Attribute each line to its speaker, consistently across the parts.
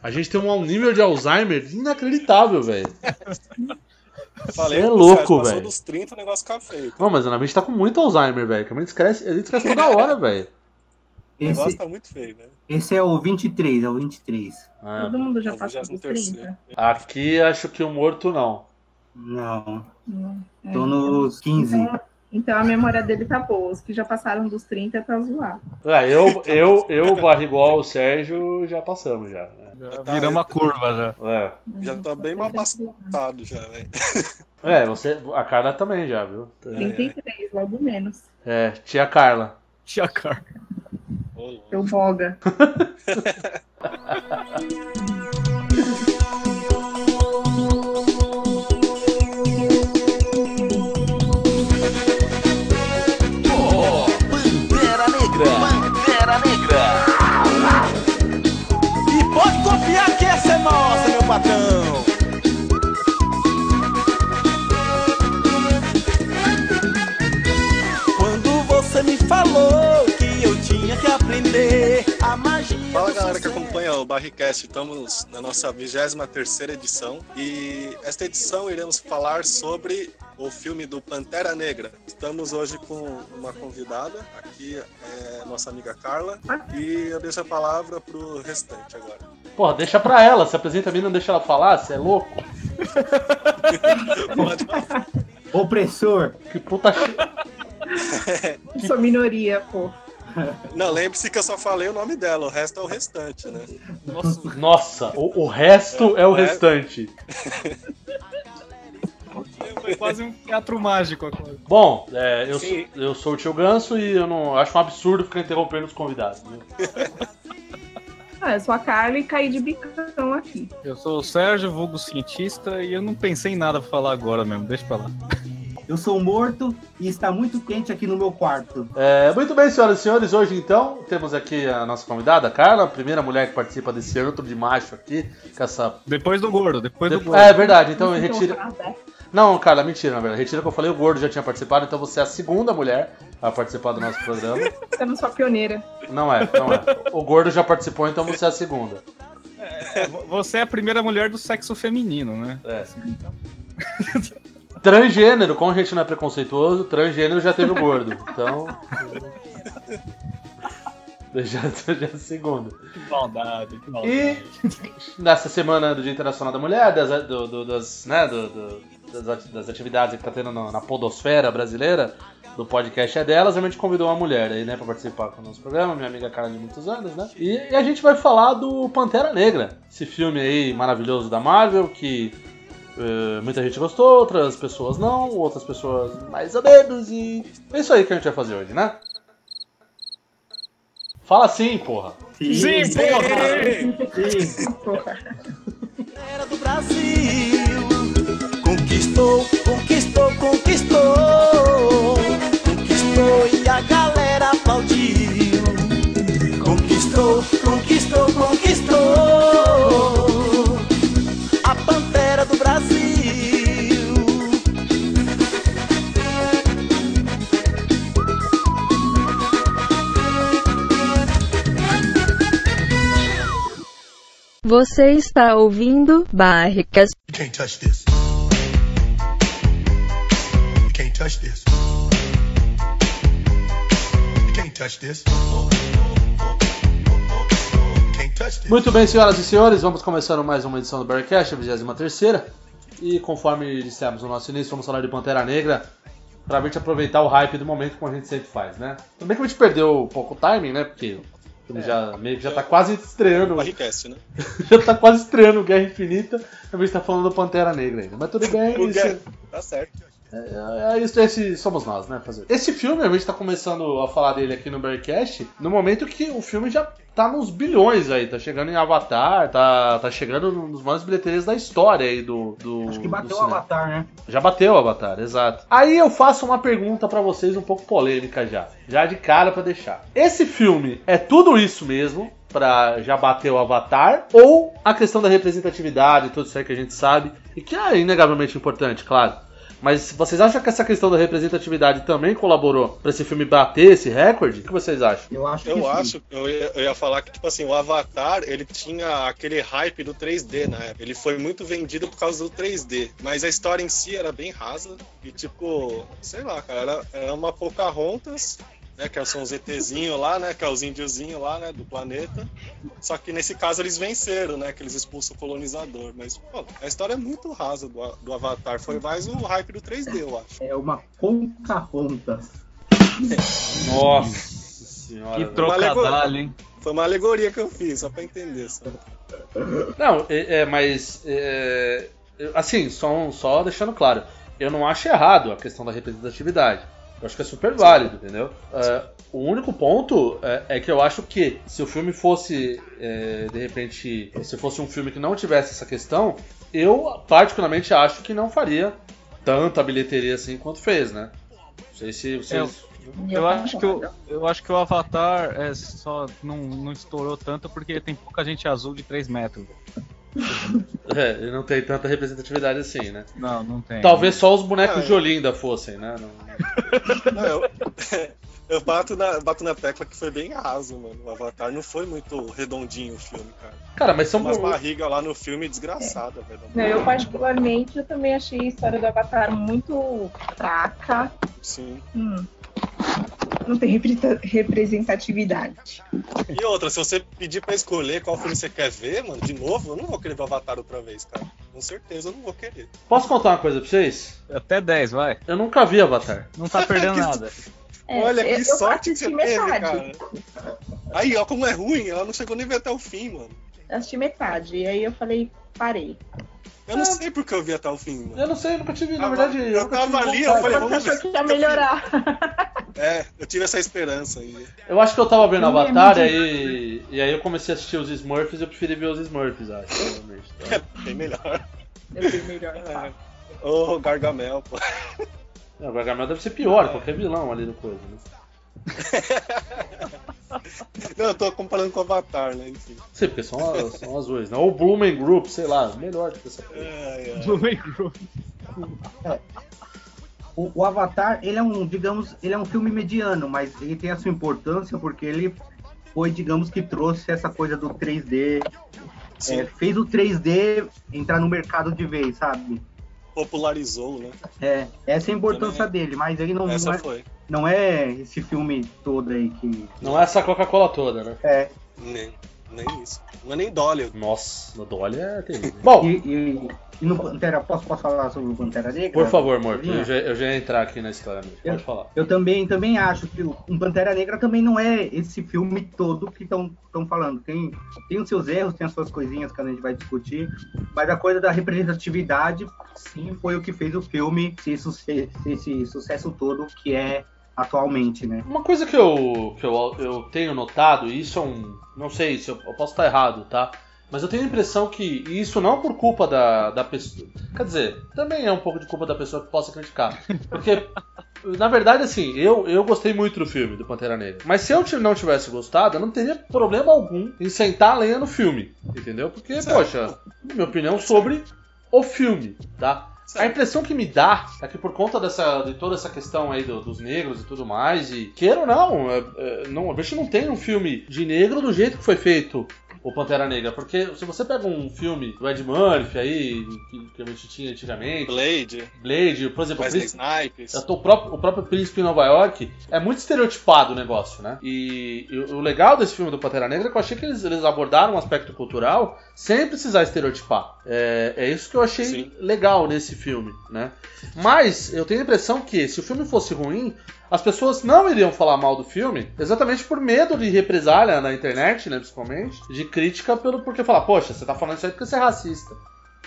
Speaker 1: A gente tem um nível de Alzheimer inacreditável, velho.
Speaker 2: Falei,
Speaker 1: Cê é
Speaker 2: pro
Speaker 1: louco,
Speaker 2: Sérgio, Passou
Speaker 1: velho.
Speaker 2: dos 30, o negócio fica feio.
Speaker 1: Não, mas a gente tá com muito Alzheimer, velho. que A gente esquece, a gente esquece toda hora, velho.
Speaker 2: O negócio
Speaker 3: Esse,
Speaker 2: tá muito feio, né?
Speaker 3: esse é o 23, é o 23.
Speaker 1: Ah,
Speaker 4: Todo mundo já
Speaker 2: É o
Speaker 4: passou dos
Speaker 2: 23º.
Speaker 4: 30.
Speaker 1: Aqui acho que o morto não.
Speaker 3: Não,
Speaker 4: Não, é.
Speaker 3: tô nos 15.
Speaker 4: Então, então a memória dele tá boa. Os que já passaram dos 30 tá zoado.
Speaker 1: Ah, eu, eu, eu, Barrigual, o Sérgio, já passamos já. né?
Speaker 2: Já tá-
Speaker 5: Viramos a curva já.
Speaker 1: É.
Speaker 2: Já tá bem mal passado já, velho.
Speaker 1: É, você. A Carla também já, viu?
Speaker 2: É.
Speaker 4: 33, logo menos.
Speaker 1: É, tia Carla.
Speaker 5: Tia Car.
Speaker 2: Ô, louco.
Speaker 4: Eu boga.
Speaker 6: Pantera Negra. Pantera Negra. E pode confiar que essa é nossa, meu patrão. Quando você me falou que eu tinha que aprender a magia.
Speaker 2: Fala
Speaker 6: do
Speaker 2: galera que
Speaker 6: sucesso.
Speaker 2: acompanha o Barricast, estamos na nossa 23 edição e esta edição iremos falar sobre o filme do Pantera Negra. Estamos hoje com uma convidada, aqui é nossa amiga Carla, e eu deixo a palavra pro restante agora.
Speaker 1: Porra, deixa pra ela. Se apresenta a mim, não deixa ela falar, você é louco?
Speaker 2: Pode falar.
Speaker 3: Opressor.
Speaker 1: Que puta. che-
Speaker 4: Sou minoria, pô.
Speaker 2: Não, lembre-se que eu só falei o nome dela, o resto é o restante, né?
Speaker 5: Nossa,
Speaker 1: Nossa, o, o resto é o
Speaker 2: É.
Speaker 1: restante.
Speaker 5: foi quase um teatro mágico agora.
Speaker 1: Bom, é, eu,
Speaker 2: Sim.
Speaker 1: sou- eu sou o tio Ganso e eu não acho um absurdo ficar interrompendo os convidados. né?
Speaker 4: Ah, eu sou a Carla e caí de bicão aqui.
Speaker 5: Eu sou o Sérgio, vulgo cientista, e eu não pensei em nada pra falar agora mesmo, deixa pra lá.
Speaker 3: Eu sou morto e está muito quente aqui no meu quarto.
Speaker 1: É, muito bem, senhoras e senhores, hoje então temos aqui a nossa convidada, a Carla, a primeira mulher que participa desse antro de macho aqui, com essa.
Speaker 5: Depois do gordo, depois do gordo.
Speaker 1: É verdade, então eu
Speaker 4: Então,
Speaker 1: retiro.
Speaker 4: nada.
Speaker 1: Não, Carla, mentira, na verdade. Retira o que eu falei, o Gordo já tinha participado, então você é a segunda mulher a participar do nosso programa.
Speaker 4: Você não sou a pioneira.
Speaker 1: Não é, não é. O Gordo já participou, então você é a segunda.
Speaker 5: É, vo- Você é a primeira mulher do sexo feminino, né?
Speaker 1: É. Transgênero, como a gente não é preconceituoso, transgênero já teve o Gordo. Então. Já, já é a segunda.
Speaker 5: Que maldade, que
Speaker 1: E nessa semana do Dia Internacional da Mulher, das, do- do- das, né, do- do- das ati- das atividades que tá tendo na, na podosfera brasileira, do podcast é delas, a gente convidou uma mulher aí, né, pra participar com o nosso programa, minha amiga cara de muitos anos, né? E, e a gente vai falar do Pantera Negra, esse filme aí maravilhoso da Marvel, que eh, muita gente gostou, outras pessoas não, outras pessoas mais ou menos, e é isso aí que a gente vai fazer hoje, né? Fala sim, porra!
Speaker 5: Sim, porra!
Speaker 3: sim.
Speaker 4: Porra.
Speaker 6: Era do Brasil. Conquistou, conquistou, conquistou. Conquistou e a galera aplaudiu. Conquistou, conquistou, conquistou. A pantera do Brasil.
Speaker 7: Você está ouvindo Barricas.
Speaker 8: You can't touch this. You can't touch this. You can't touch this. You can't touch this.
Speaker 1: Muito bem, senhoras e senhores, vamos começando mais uma edição do Bearcast, a 23 E conforme dissemos no nosso início, vamos falar de Pantera Negra, pra gente aproveitar o hype do momento, como a gente sempre faz, né? Também que a gente perdeu um pouco o timing, né? Porque o
Speaker 2: É.
Speaker 1: filme já, meio que já tá quase estreando,
Speaker 2: Barricast, né?
Speaker 1: já tá quase estreando Guerra Infinita, a gente tá falando do Pantera Negra ainda. Mas tudo bem,
Speaker 2: O
Speaker 1: isso,
Speaker 2: Guerra- Tá certo.
Speaker 1: é, é, isso, esse somos nós, né? Fazer. Esse filme, a gente tá começando a falar dele aqui no Bearcast, no momento que o filme já tá nos bilhões aí, tá chegando em Avatar, tá, tá chegando nos maiores bilheterias da história aí do. do
Speaker 3: Acho que
Speaker 1: do
Speaker 3: bateu o
Speaker 1: cinema.
Speaker 3: avatar, né?
Speaker 1: Já bateu o Avatar, exato. Aí eu faço uma pergunta pra vocês um pouco polêmica já. Já de cara pra deixar. Esse filme é tudo isso mesmo? Pra já bater o Avatar? Ou a questão da representatividade, tudo isso aí que a gente sabe, e que é inegavelmente importante, claro. Mas vocês acham que essa questão da representatividade também colaborou pra esse filme bater esse recorde? O que vocês acham?
Speaker 3: Eu acho que
Speaker 2: Eu
Speaker 3: sim.
Speaker 2: acho, eu ia, eu ia falar que, tipo assim, o Avatar, ele tinha aquele hype do 3D na época. Ele foi muito vendido por causa do 3D. Mas a história em si era bem rasa. E, tipo, sei lá, cara, era, era uma Pocahontas, né? Que são os ETzinhos lá, né? Que é os índiozinhos lá, né? Do planeta. Só que nesse caso eles venceram, né? Que eles expulsam o colonizador. Mas, pô, a história é muito rasa do, a- do Avatar. Foi mais o hype do 3D, eu acho.
Speaker 3: É uma Pocahontas.
Speaker 1: Nossa senhora.
Speaker 5: Que
Speaker 1: velho.
Speaker 5: trocadalho, hein?
Speaker 2: Foi uma alegoria que eu fiz, só pra entender. Só.
Speaker 1: Não, é, é, mas. é, eu- assim, só, um- só deixando claro, eu não acho errado a questão da representatividade. Eu acho que é super válido, entendeu? É, o único ponto é, é que eu acho que se o filme fosse, é, de repente, se fosse um filme que não tivesse essa questão, eu particularmente acho que não faria tanta bilheteria assim quanto fez, né? Não sei se vocês.
Speaker 5: Eu acho, que o, eu acho que o Avatar é, só não, não estourou tanto porque tem pouca gente azul de 3 metros.
Speaker 1: É, ele não tem tanta representatividade assim, né?
Speaker 5: Não, não tem.
Speaker 1: Talvez só os bonecos
Speaker 2: Ah, é.
Speaker 1: de Olinda fossem, né? Não-
Speaker 2: Não, eu, eu bato, na, bato na tecla que foi bem raso, mano. O Avatar não foi muito redondinho o filme, cara.
Speaker 1: Cara, mas são.
Speaker 2: Umas barrigas lá no filme desgraçada, velho.
Speaker 4: Não, eu particularmente eu também achei a história do Avatar muito fraca.
Speaker 2: Sim.
Speaker 4: Hum. Não tem repreta- representatividade.
Speaker 2: E outra, se você pedir pra escolher qual filme você quer ver, mano, de novo, eu não vou querer ver Avatar outra vez, cara. Com certeza eu não vou querer.
Speaker 1: Posso contar uma coisa pra vocês?
Speaker 5: Até 10, vai.
Speaker 1: Eu nunca vi Avatar.
Speaker 5: Não tá perdendo nada.
Speaker 2: Olha,
Speaker 4: eu-
Speaker 2: que
Speaker 4: É, eu
Speaker 2: sorte que
Speaker 4: assisti
Speaker 2: você teve,
Speaker 4: metade.
Speaker 2: cara. Aí, ó, como é ruim, ela não chegou nem ver até o fim, mano.
Speaker 4: Eu assisti metade. E aí eu falei, parei.
Speaker 2: Eu
Speaker 4: Ah.
Speaker 2: não sei porque eu vi até o fim, mano.
Speaker 1: Eu não sei, eu nunca tive, na
Speaker 2: Ah,
Speaker 1: verdade.
Speaker 2: eu
Speaker 1: nunca
Speaker 2: tava
Speaker 1: tive vontade.
Speaker 2: ali, eu falei,
Speaker 4: Você
Speaker 2: vamos
Speaker 5: um
Speaker 4: achou
Speaker 2: ver.
Speaker 4: que ia melhorar.
Speaker 2: É, eu tive essa esperança aí.
Speaker 1: Eu acho que eu tava vendo
Speaker 4: Não, é
Speaker 1: Avatar
Speaker 4: muito né?"
Speaker 1: e, e aí eu comecei a assistir os Smurfs e eu preferi ver os Smurfs, acho, provavelmente. Então,
Speaker 2: Bem melhor.
Speaker 4: Eu falei, melhor. tá.
Speaker 2: É. Ô, Gargamel, pô.
Speaker 1: é, o Gargamel deve ser pior, qualquer vilão ali do coisa, né?
Speaker 2: Não, eu tô comparando com o Avatar, né? Enfim.
Speaker 1: Não sei, porque são, são azuis, né? Ou o Blumen Group, sei lá, melhor do que essa coisa.
Speaker 2: Ai, ai.
Speaker 3: O, o Avatar, ele é um, digamos, ele é um filme mediano, mas ele tem a sua importância porque ele foi, digamos, que trouxe essa coisa do 3D,
Speaker 2: Sim,
Speaker 3: é, fez o 3D entrar no mercado de vez, sabe?
Speaker 2: popularizou, né?
Speaker 3: É, essa é a importância dele, mas ele não, não
Speaker 2: Essa
Speaker 3: é,
Speaker 2: foi.
Speaker 3: não é esse filme todo aí que.
Speaker 1: Não é essa Coca-Cola toda, né?
Speaker 3: É,
Speaker 2: Nem, nem isso. Não é nem Dolly.
Speaker 1: Nossa, no Dolly é terrível. Bom,
Speaker 3: e, e, e no Pantera, posso, posso falar sobre o Pantera Negra?
Speaker 1: por favor, Morto, eu já, eu já ia entrar aqui na história mesmo. Pode falar.
Speaker 3: Eu também, também acho que o um Pantera Negra também não é esse filme todo que estão falando. Tem, tem os seus erros, tem as suas coisinhas que a gente vai discutir, mas a coisa da representatividade, sim, foi o que fez o filme ser suce- ser esse sucesso todo que é atualmente, né?
Speaker 1: Uma coisa que eu, que eu, eu tenho notado, e isso é um. Não sei se eu, eu posso estar errado, tá? Mas eu tenho a impressão que isso não é por culpa da, da pessoa. Quer dizer, também é um pouco de culpa da pessoa que possa criticar. Porque, na verdade, assim, eu, eu gostei muito do filme, do Pantera Negra. Mas se eu ti- não tivesse gostado, eu não teria problema algum em sentar a lenha no filme. Entendeu? Porque,
Speaker 2: Certo.
Speaker 1: poxa, minha opinião sobre o filme, tá? A
Speaker 2: Certo.
Speaker 1: impressão que me dá é que por conta dessa, de toda essa questão aí do- dos negros e tudo mais, e queira ou não, é, é, não, a gente não tem um filme de negro do jeito que foi feito o Pantera Negra, porque se você pega um filme do Ed Murphy aí, que, que a gente tinha antigamente,
Speaker 2: Blade,
Speaker 1: Blade, por exemplo,
Speaker 2: Wesley
Speaker 1: Príncipe-
Speaker 2: Snipes.
Speaker 1: eu tô- o próprio, o próprio Príncipe em Nova York é muito estereotipado o negócio, né? E, e o legal desse filme do Pantera Negra é que eu achei que eles, eles abordaram um aspecto cultural sem precisar estereotipar. É, é isso que eu achei
Speaker 2: Sim.
Speaker 1: legal nesse filme, né? Mas eu tenho a impressão que se o filme fosse ruim, as pessoas não iriam falar mal do filme, exatamente por medo de represália na internet, né, principalmente, de crítica pelo porque falar, poxa, você tá falando isso aí porque você é racista.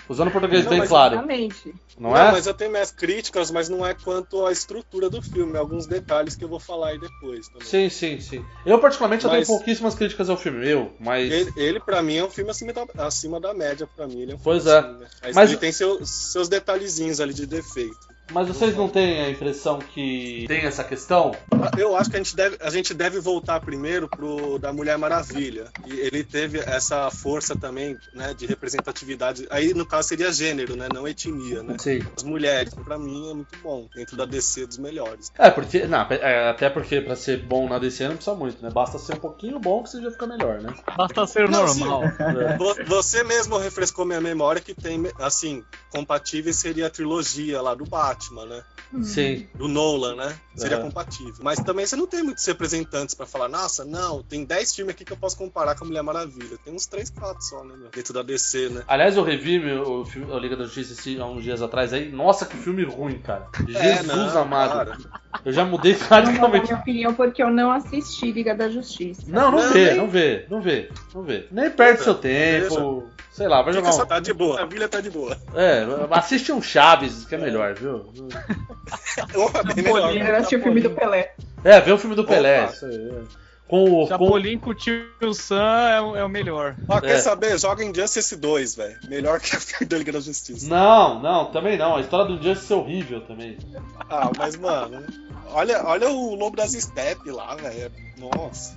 Speaker 1: Usando o português
Speaker 2: Não,
Speaker 1: bem
Speaker 2: mas
Speaker 1: claro,
Speaker 4: Exatamente.
Speaker 1: não, é?
Speaker 2: mas eu tenho minhas críticas, mas não é quanto à estrutura do filme, é alguns detalhes que eu vou falar aí depois também.
Speaker 1: Sim, sim, sim. Eu, particularmente, eu
Speaker 2: Mas-
Speaker 1: tenho pouquíssimas críticas ao filme, eu, mas.
Speaker 2: Ele, ele pra mim, é um filme acima da, acima da média, pra mim. Ele é um
Speaker 1: Pois
Speaker 2: filme
Speaker 1: é.
Speaker 2: assim, né? Mas,
Speaker 1: Mas-
Speaker 2: ele tem seu- seus detalhezinhos ali de defeito.
Speaker 1: Mas vocês não têm a impressão que tem essa questão?
Speaker 2: Eu acho que a gente deve, a gente deve voltar primeiro pro da Mulher Maravilha. E ele teve essa força também, né, de representatividade. Aí no caso seria gênero, né, não etnia, né?
Speaker 1: Sim.
Speaker 2: As mulheres, pra mim é muito bom, dentro da DC dos melhores.
Speaker 1: É, porque. Não, é, até porque pra ser bom na DC não precisa muito, né? Basta ser um pouquinho bom que você já fica melhor, né?
Speaker 5: Basta ser
Speaker 2: Não,
Speaker 5: normal.
Speaker 1: É.
Speaker 2: Vo- Você mesmo refrescou minha memória que tem, assim, compatível seria a trilogia lá do Batman, né?
Speaker 1: Sim.
Speaker 2: do Nolan, né? Seria
Speaker 1: É.
Speaker 2: compatível. Mas também você não tem muitos representantes pra falar, nossa, não, tem 10 filmes aqui que eu posso comparar com a Mulher Maravilha. Tem uns 3, 4 só, né, meu? Dentro da DC, né?
Speaker 1: Aliás, eu revi meu, o filme, a Liga da Justiça esse- há uns dias atrás aí. Nossa, que filme ruim, cara. Jesus
Speaker 2: É, não,
Speaker 1: amado.
Speaker 2: cara.
Speaker 1: Eu já mudei
Speaker 5: Tá
Speaker 4: Eu não vou dar
Speaker 1: radicalmente.
Speaker 4: minha opinião porque eu não assisti Liga da Justiça.
Speaker 1: Não, não
Speaker 2: Não,
Speaker 1: vê,
Speaker 2: nem-
Speaker 1: não vê, não vê, não vê. Nem perde seu tempo. Sei lá, vai jogar
Speaker 2: Fica só,
Speaker 1: um.
Speaker 2: tá de boa. A Maravilha tá de boa.
Speaker 1: É, assiste um Chaves, que é melhor, viu?
Speaker 2: Opa, bem melhor.
Speaker 4: Eu
Speaker 5: tá
Speaker 4: assisti o filme do Pelé.
Speaker 1: É, vê o filme do Pelé.
Speaker 2: Opa.
Speaker 1: isso aí, é. Com o. Com...
Speaker 5: Chapolin com o tio Sam é, o- é o melhor.
Speaker 2: Ó,
Speaker 1: É.
Speaker 2: quer saber? Joga Injustice 2, velho. Melhor que a filme da Liga da Justiça.
Speaker 1: Não, não, também não. A história do Justice é horrível também.
Speaker 2: Ah, mas, mano, olha, olha o Lobo das Steppe lá, velho. Nossa.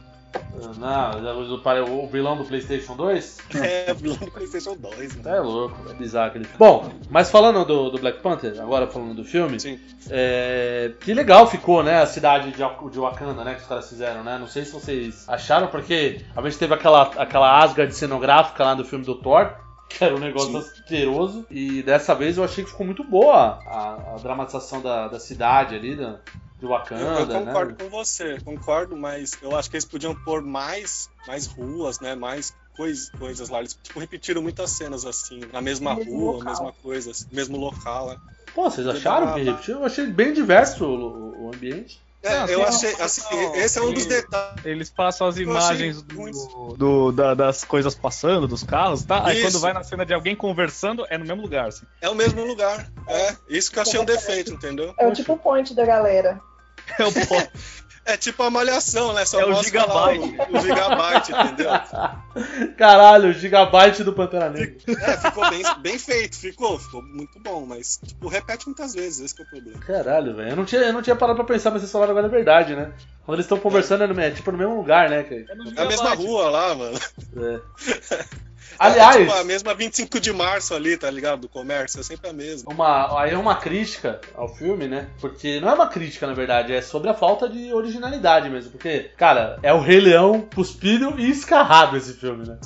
Speaker 1: Não, o- o, o vilão do PlayStation 2?
Speaker 2: É, vilão do PlayStation 2, né?
Speaker 1: Tá é louco, é bizarro aquele filme. Bom, mas falando do, do Black Panther, agora falando do filme,
Speaker 2: Sim.
Speaker 1: é, que legal ficou, né, a cidade de, Wa- de Wakanda, né, que os caras fizeram, né? Não sei se vocês acharam, porque a gente teve aquela, aquela Asgard cenográfica lá do filme do Thor, que era um negócio
Speaker 2: Sim.
Speaker 1: asqueroso, e dessa vez eu achei que ficou muito boa a, a dramatização da, da cidade ali, da, de
Speaker 2: Eu,
Speaker 1: Wakanda,
Speaker 2: eu concordo
Speaker 1: né?
Speaker 2: com você, concordo, mas eu acho que eles podiam pôr mais, mais ruas, né? Mais cois- coisas lá. Eles tipo, repetiram muitas cenas assim, na mesma
Speaker 4: Mesmo
Speaker 2: rua,
Speaker 4: local.
Speaker 2: mesma coisa, assim, mesmo local. Né?
Speaker 1: Pô, vocês acharam que repetiu? Eu achei bem diverso o- o- o ambiente.
Speaker 2: É,
Speaker 5: Não,
Speaker 2: eu
Speaker 5: tem-
Speaker 2: achei, assim,
Speaker 5: não,
Speaker 2: esse é um dos
Speaker 5: ele-
Speaker 2: detalhes.
Speaker 5: Eles passam as
Speaker 2: Eu
Speaker 5: imagens
Speaker 2: achei muito-
Speaker 5: do, do- da- das coisas passando, dos carros, tá? Aí
Speaker 2: Isso.
Speaker 5: quando vai na cena de alguém conversando, é no mesmo lugar, assim.
Speaker 2: É o mesmo lugar. É, isso que eu achei um defeito, entendeu?
Speaker 4: É o tipo point da galera.
Speaker 5: É o pó.
Speaker 2: É tipo a malhação, né? Só
Speaker 5: É o
Speaker 2: mostra lá o, o gigabyte, entendeu?
Speaker 1: Caralho, o gigabyte do Pantera Negra.
Speaker 2: É, ficou bem, bem feito, ficou, ficou muito bom, mas tipo, repete muitas vezes, esse que é o problema.
Speaker 1: Caralho, velho. Eu, não tinha- eu não tinha parado pra pensar, mas vocês falaram agora é verdade, né? Quando eles estão conversando, é, no- é tipo no mesmo lugar, né? cara?
Speaker 2: É a mesma rua lá, mano.
Speaker 1: É.
Speaker 2: É, tipo, a
Speaker 1: Aliás,
Speaker 2: mesma 25 de março ali, tá ligado? Do comércio, é sempre a mesma.
Speaker 1: uma, aí é uma crítica ao filme, né? Porque não é uma crítica, na verdade, é sobre a falta de originalidade mesmo. Porque, cara, é o Rei Leão cuspido e escarrado esse filme, né?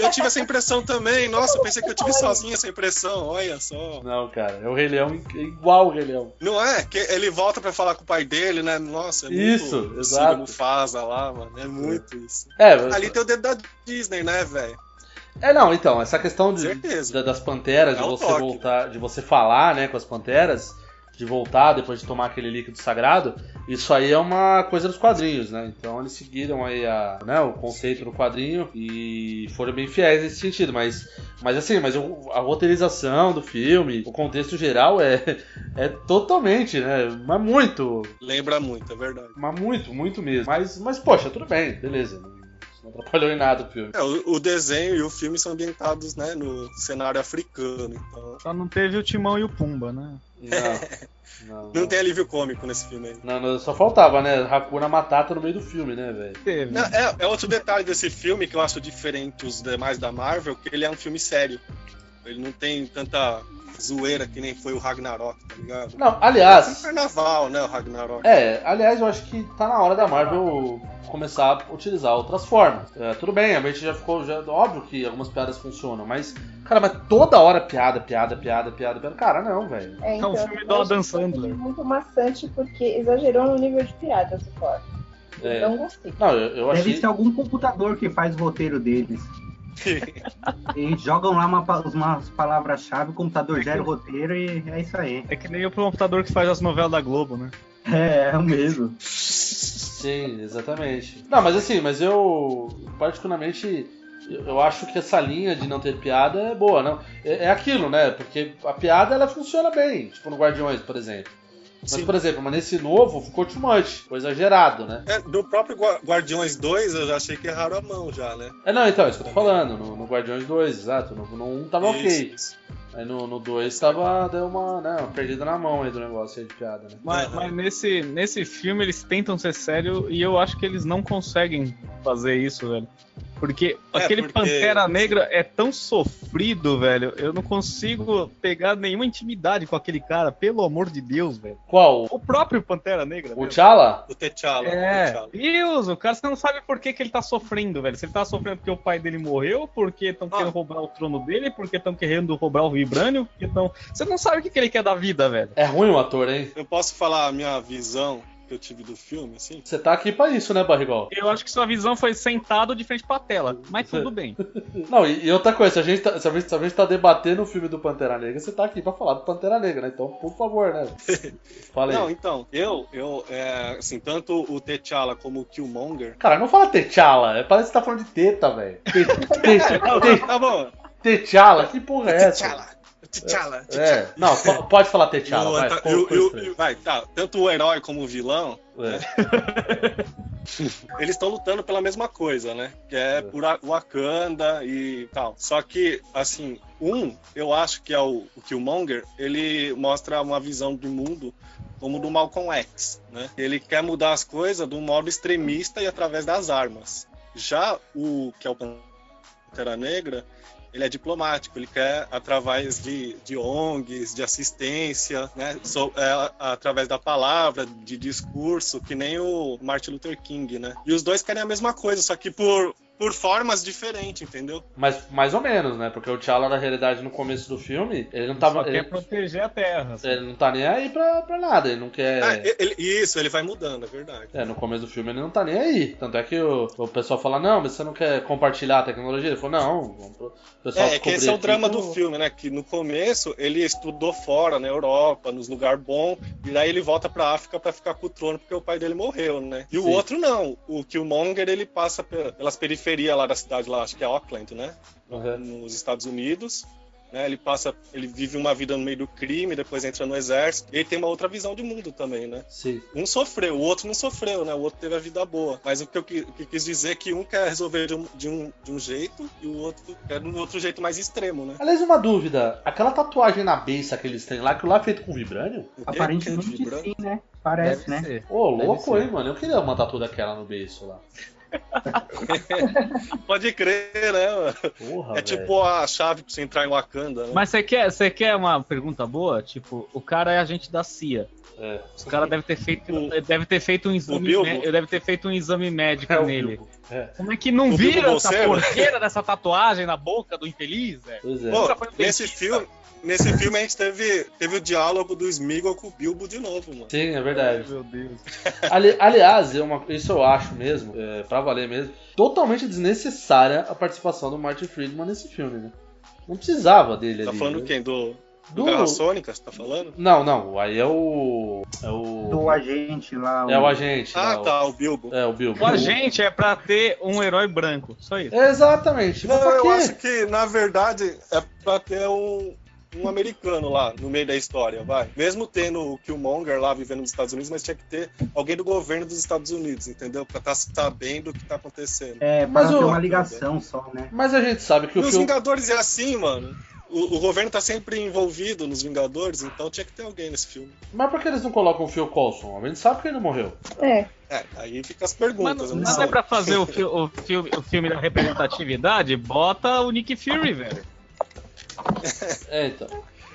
Speaker 2: Eu tive essa impressão também, nossa, eu pensei que eu tive sozinho essa impressão, olha só.
Speaker 1: Não, cara, é o Rei Leão i- igual o Rei Leão.
Speaker 2: Não é? Que ele volta pra falar com o pai dele, né? Nossa, é
Speaker 1: Isso,
Speaker 2: muito
Speaker 1: exato.
Speaker 2: Mufasa lá, mano, é muito isso.
Speaker 1: É,
Speaker 2: Ali tem o dedo da Disney, né, velho?
Speaker 1: É, não, então, essa questão de-
Speaker 2: Certeza.
Speaker 1: da- das panteras,
Speaker 2: É
Speaker 1: de
Speaker 2: o
Speaker 1: você
Speaker 2: toque,
Speaker 1: voltar, de você falar, né, com as panteras, de voltar depois de tomar aquele líquido sagrado, isso aí é uma coisa dos quadrinhos, né? Então eles seguiram aí a, né, o conceito do quadrinho e foram bem fiéis nesse sentido, mas mas assim, mas o- a roteirização do filme, o contexto geral é é totalmente, né, mas muito,
Speaker 2: Lembra muito, é verdade.
Speaker 1: mas muito, muito mesmo. Mas mas poxa, tudo bem, beleza. Não atrapalhou em nada o filme.
Speaker 2: É, o, o desenho e o filme são ambientados, né, no cenário africano, então.
Speaker 5: Só não teve o Timão e o Pumba, né?
Speaker 1: Não. Não,
Speaker 2: Não tem alívio cômico nesse filme aí.
Speaker 1: Não, não, só faltava, né? Hakuna Matata no meio do filme, né, velho?
Speaker 5: Teve.
Speaker 2: Não, é, é outro detalhe desse filme que eu acho diferente dos demais da Marvel, que ele é um filme sério. Ele não tem tanta zoeira que nem foi o Ragnarok, tá ligado?
Speaker 1: Não,
Speaker 2: É um
Speaker 1: aliás.
Speaker 2: carnaval, né, o Ragnarok.
Speaker 1: É, aliás, eu acho que tá na hora da Marvel começar a utilizar outras formas. É, tudo bem, a gente já ficou. Já, óbvio que algumas piadas funcionam, mas. Cara, mas toda hora piada, piada, piada, piada, piada. Cara, não, velho.
Speaker 9: É,
Speaker 4: então,
Speaker 5: É um filme do
Speaker 9: eu acho
Speaker 5: Adam
Speaker 9: que foi
Speaker 5: Sandler.
Speaker 9: Muito maçante porque exagerou no nível de piadas do Thor.
Speaker 1: É.
Speaker 9: Não gostei.
Speaker 1: Não, eu, eu
Speaker 3: Deve
Speaker 1: achei.
Speaker 3: ser algum computador que faz o roteiro deles. Eles jogam lá uma pa- umas palavras-chave, o computador gera o roteiro e é isso aí.
Speaker 5: É que nem o computador que faz as novelas da Globo, né?
Speaker 3: É, é o mesmo.
Speaker 1: Sim, exatamente. Não, mas assim, mas eu particularmente eu eu acho que essa linha de não ter piada é boa, não? É, é aquilo, né? Porque a piada ela funciona bem, tipo no Guardiões, por exemplo. Mas
Speaker 2: Sim.
Speaker 1: por exemplo, mas nesse novo ficou too much, foi exagerado, né?
Speaker 2: É, do próprio Gua- Guardiões 2, eu já achei que erraram a mão já, né?
Speaker 1: É não, então, é isso que eu tô falando, no, no Guardiões 2, exato, no, no 1 tava ok.
Speaker 2: Isso, isso.
Speaker 1: Aí no 2 dois tava, deu uma, né, uma perdida na mão aí do negócio aí de piada, né?
Speaker 5: Mas, mas nesse, nesse filme eles tentam ser sério e eu acho que eles não conseguem fazer isso, velho. Porque
Speaker 2: É,
Speaker 5: aquele
Speaker 2: porque-
Speaker 5: Pantera Negra é tão sofrido, velho. Eu não consigo pegar nenhuma intimidade com aquele cara, pelo amor de Deus, velho.
Speaker 1: Qual?
Speaker 5: O próprio Pantera Negra.
Speaker 1: O
Speaker 5: velho.
Speaker 1: T'Challa?
Speaker 2: né? O T'Challa. o
Speaker 5: É,
Speaker 2: T'Challa.
Speaker 5: Deus, o cara você não sabe por que, que ele tá sofrendo, velho. Se ele tá sofrendo porque o pai dele morreu, porque estão
Speaker 2: Ah.
Speaker 5: querendo roubar o trono dele, porque estão querendo roubar o Vibranium, porque estão. Você não sabe o que, que ele quer da vida, velho.
Speaker 1: É ruim o ator, hein?
Speaker 2: Eu posso falar a minha visão que eu tive do filme, assim?
Speaker 1: Você tá aqui pra isso, né, Barrigol?
Speaker 5: Eu acho que sua visão foi sentado de frente pra tela, mas tudo bem.
Speaker 1: Não, e, e outra coisa, se a, gente tá, se, a gente, se a gente tá debatendo o filme do Pantera Negra, você tá aqui pra falar do Pantera Negra, né? Então, por favor, né? Fala aí.
Speaker 2: Não, então, eu, eu é, assim, tanto o T'Challa como o Killmonger.
Speaker 1: Cara, não fala T'Challa, é- parece que você tá falando de teta, velho. Te-
Speaker 2: Não,
Speaker 1: te- te-
Speaker 2: tá bom.
Speaker 1: T'Challa, que porra é essa?
Speaker 2: T'Challa. T'Challa.
Speaker 1: É, não, po- pode falar
Speaker 2: E o
Speaker 1: T'Challa, vai.
Speaker 2: anta-
Speaker 1: co-
Speaker 2: e o-
Speaker 1: co-
Speaker 2: e o- e o- vai, tá. Tanto o herói como o vilão,
Speaker 1: é.
Speaker 2: eles estão lutando pela mesma coisa, né? Que é por a- Wakanda e tal. Só que, assim, um, eu acho que é o, o Killmonger, ele mostra uma visão do mundo como do Malcolm X, né? Ele quer mudar as coisas de um modo extremista e através das armas. Já o que é o Pantera Negra, ele é diplomático, ele quer através de, de ONGs, de assistência, né? So- é, através da palavra, de discurso, que nem o Martin Luther King, né? E os dois querem a mesma coisa, só que por, por formas diferentes, entendeu?
Speaker 1: Mas mais ou menos, né? Porque o T'Challa, na realidade, no começo do filme, ele não
Speaker 5: Só
Speaker 1: tava.
Speaker 5: quer
Speaker 1: Ele,
Speaker 5: proteger a terra. assim.
Speaker 1: ele não tá nem aí pra, pra nada, ele não quer.
Speaker 2: Ah, ele- isso, ele vai mudando, é verdade.
Speaker 1: É, no começo do filme ele não tá nem aí. Tanto é que o, o pessoal fala, não, mas você não quer compartilhar a tecnologia? Ele falou, não, vamos pro. O pessoal
Speaker 2: É, é que esse
Speaker 1: descobrir
Speaker 2: é o
Speaker 1: aqui Uhum.
Speaker 2: drama
Speaker 1: que
Speaker 2: do
Speaker 1: eu-
Speaker 2: filme, né? Que no começo ele estudou fora, na Europa, nos lugares bons, e daí ele volta pra África pra ficar com o trono porque o pai dele morreu, né? E o
Speaker 1: Sim.
Speaker 2: outro não. O Killmonger ele passa pe- pelas periferias lá da cidade, lá, acho que é Auckland, né?
Speaker 1: Uhum.
Speaker 2: Nos Estados Unidos. Né, ele passa, ele vive uma vida no meio do crime, depois entra no exército. E ele tem uma outra visão de mundo também, né?
Speaker 1: Sim.
Speaker 2: Um sofreu, o outro não sofreu, né? O outro teve a vida boa. Mas o que eu, qui- o que eu quis dizer é que um quer resolver de um, de um, de um jeito e o outro quer de um outro jeito mais extremo, né?
Speaker 1: Aliás, uma dúvida. Aquela tatuagem na beça que eles têm lá, que lá é feito com vibrânio?
Speaker 2: O quê?
Speaker 1: um
Speaker 3: Aparentemente
Speaker 2: Quem é de
Speaker 3: sim, né? Parece, né?
Speaker 5: ser.
Speaker 1: Ô,
Speaker 5: Deve
Speaker 1: louco,
Speaker 5: ser.
Speaker 1: hein, mano? Eu queria uma tatu daquela no beiço lá.
Speaker 2: branco? Pode crer, né? mano?
Speaker 1: Porra, Tá velho.
Speaker 2: É tipo a chave pra você entrar em Wakanda, né?
Speaker 5: Mas você quer, você quer uma pergunta boa? Tipo, o cara é agente da CIA.
Speaker 1: É.
Speaker 5: Os caras devem ter feito,
Speaker 2: O-
Speaker 5: deve ter feito um exame,
Speaker 2: Bilbo?
Speaker 5: mé- deve ter feito um exame médico
Speaker 1: É o
Speaker 5: nele.
Speaker 1: Bilbo. É.
Speaker 5: Como é que não
Speaker 2: O
Speaker 5: vira
Speaker 2: Bilbo
Speaker 5: essa
Speaker 2: Bolseiro?
Speaker 5: porqueira dessa tatuagem na boca do infeliz, velho?
Speaker 1: Pois é.
Speaker 2: Pô,
Speaker 5: nunca foi um
Speaker 2: nesse
Speaker 5: petista.
Speaker 2: filme, nesse filme a gente teve, teve o diálogo do Smeagol com o Bilbo de novo, mano.
Speaker 1: Sim, é verdade.
Speaker 5: Meu Deus.
Speaker 1: Ali- aliás, é uma- isso eu acho mesmo, é, pra valer mesmo, totalmente desnecessária a participação do Martin Friedman nesse filme, né? Não precisava dele
Speaker 2: Tá
Speaker 1: ali.
Speaker 2: falando
Speaker 1: né?
Speaker 2: quem? Do, do
Speaker 1: Do-
Speaker 2: Guerra Sônica, você tá falando?
Speaker 1: Não, não, aí é o. É o.
Speaker 3: Do agente lá.
Speaker 1: É o agente.
Speaker 2: Ah,
Speaker 1: lá, o-
Speaker 2: tá, o Bilbo.
Speaker 1: É, o Bill.
Speaker 5: O agente é pra ter um herói branco. Só isso.
Speaker 1: Exatamente. Mas
Speaker 2: Não,
Speaker 1: pra
Speaker 2: eu
Speaker 1: quê?
Speaker 2: acho que, na verdade, é pra ter um, um americano lá no meio da história, vai. Mesmo tendo o Killmonger lá vivendo nos Estados Unidos, mas tinha que ter alguém do governo dos Estados Unidos, entendeu? Pra estar sabendo o que tá acontecendo.
Speaker 3: É,
Speaker 1: Mas
Speaker 3: para ter
Speaker 1: o-
Speaker 3: uma ligação só, né?
Speaker 1: Mas a gente sabe que o
Speaker 2: Nos
Speaker 1: filme.
Speaker 2: Vingadores é assim, mano. O, o governo tá sempre envolvido nos Vingadores, então tinha que ter alguém nesse filme.
Speaker 1: Mas por que eles não colocam o Phil Coulson? A gente sabe que ele não morreu.
Speaker 9: É.
Speaker 2: É, aí fica as
Speaker 5: Mas
Speaker 2: perguntas.
Speaker 5: não,
Speaker 2: eu não
Speaker 5: não
Speaker 2: sei.
Speaker 5: é pra fazer o, fi- o filme, o filme da representatividade? Bota o Nick Fury, velho.
Speaker 1: É, então.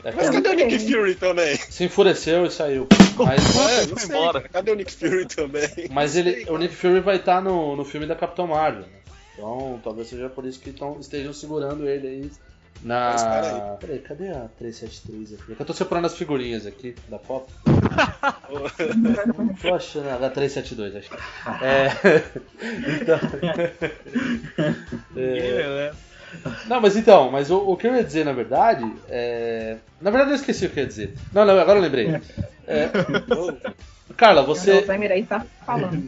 Speaker 1: É
Speaker 2: Mas
Speaker 1: que
Speaker 2: cadê o Nick Fury também?
Speaker 1: se enfureceu e saiu. Mas,
Speaker 2: É, não
Speaker 5: foi
Speaker 2: sei.
Speaker 5: embora.
Speaker 2: Cadê o Nick Fury também?
Speaker 1: mas ele, o Nick Fury vai estar no, no filme da Capitão Marvel. né? Então, talvez seja por isso que tão, estejam segurando ele aí. Na.
Speaker 2: Mas peraí.
Speaker 1: Peraí, cadê a 373 aqui? É que eu tô separando as figurinhas aqui da Copa. Não tô achando a da 372, acho que. É. Então.
Speaker 5: É, né?
Speaker 1: Não, mas então, mas o, o que eu ia dizer, na verdade, é... Na verdade eu esqueci o que eu ia dizer. Não, não, agora eu lembrei.
Speaker 2: Ô,
Speaker 1: Carla,
Speaker 4: O
Speaker 1: você,
Speaker 4: Alzheimer aí tá falando.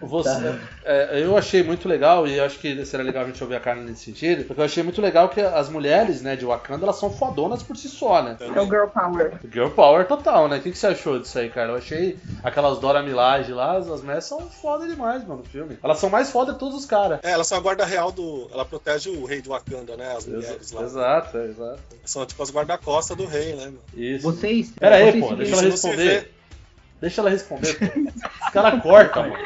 Speaker 1: Você- é, eu achei muito legal, e eu acho que será legal a gente ouvir a Carla nesse sentido, porque eu achei muito legal que as mulheres, né, de Wakanda, elas são fodonas por si só, né?
Speaker 4: É o Girl Power.
Speaker 1: Girl power total, né? O que, que você achou disso aí, cara? Eu achei aquelas Dora Milaje lá, as as mulheres são foda demais, mano, no filme. Elas são mais foda que todos os caras.
Speaker 2: É, ela só é a guarda real do. Ela protege o rei de Wakanda, né? As mulheres lá.
Speaker 1: Exato, é, exato.
Speaker 2: São tipo as guarda-costas do rei, né? meu?
Speaker 1: Isso.
Speaker 3: Vocês.
Speaker 1: Pera aí,
Speaker 3: vocês
Speaker 1: pô,
Speaker 3: se-
Speaker 1: deixa ela
Speaker 2: Isso você
Speaker 1: responder. Deixa ela responder, pô. Os caras cortam, mano.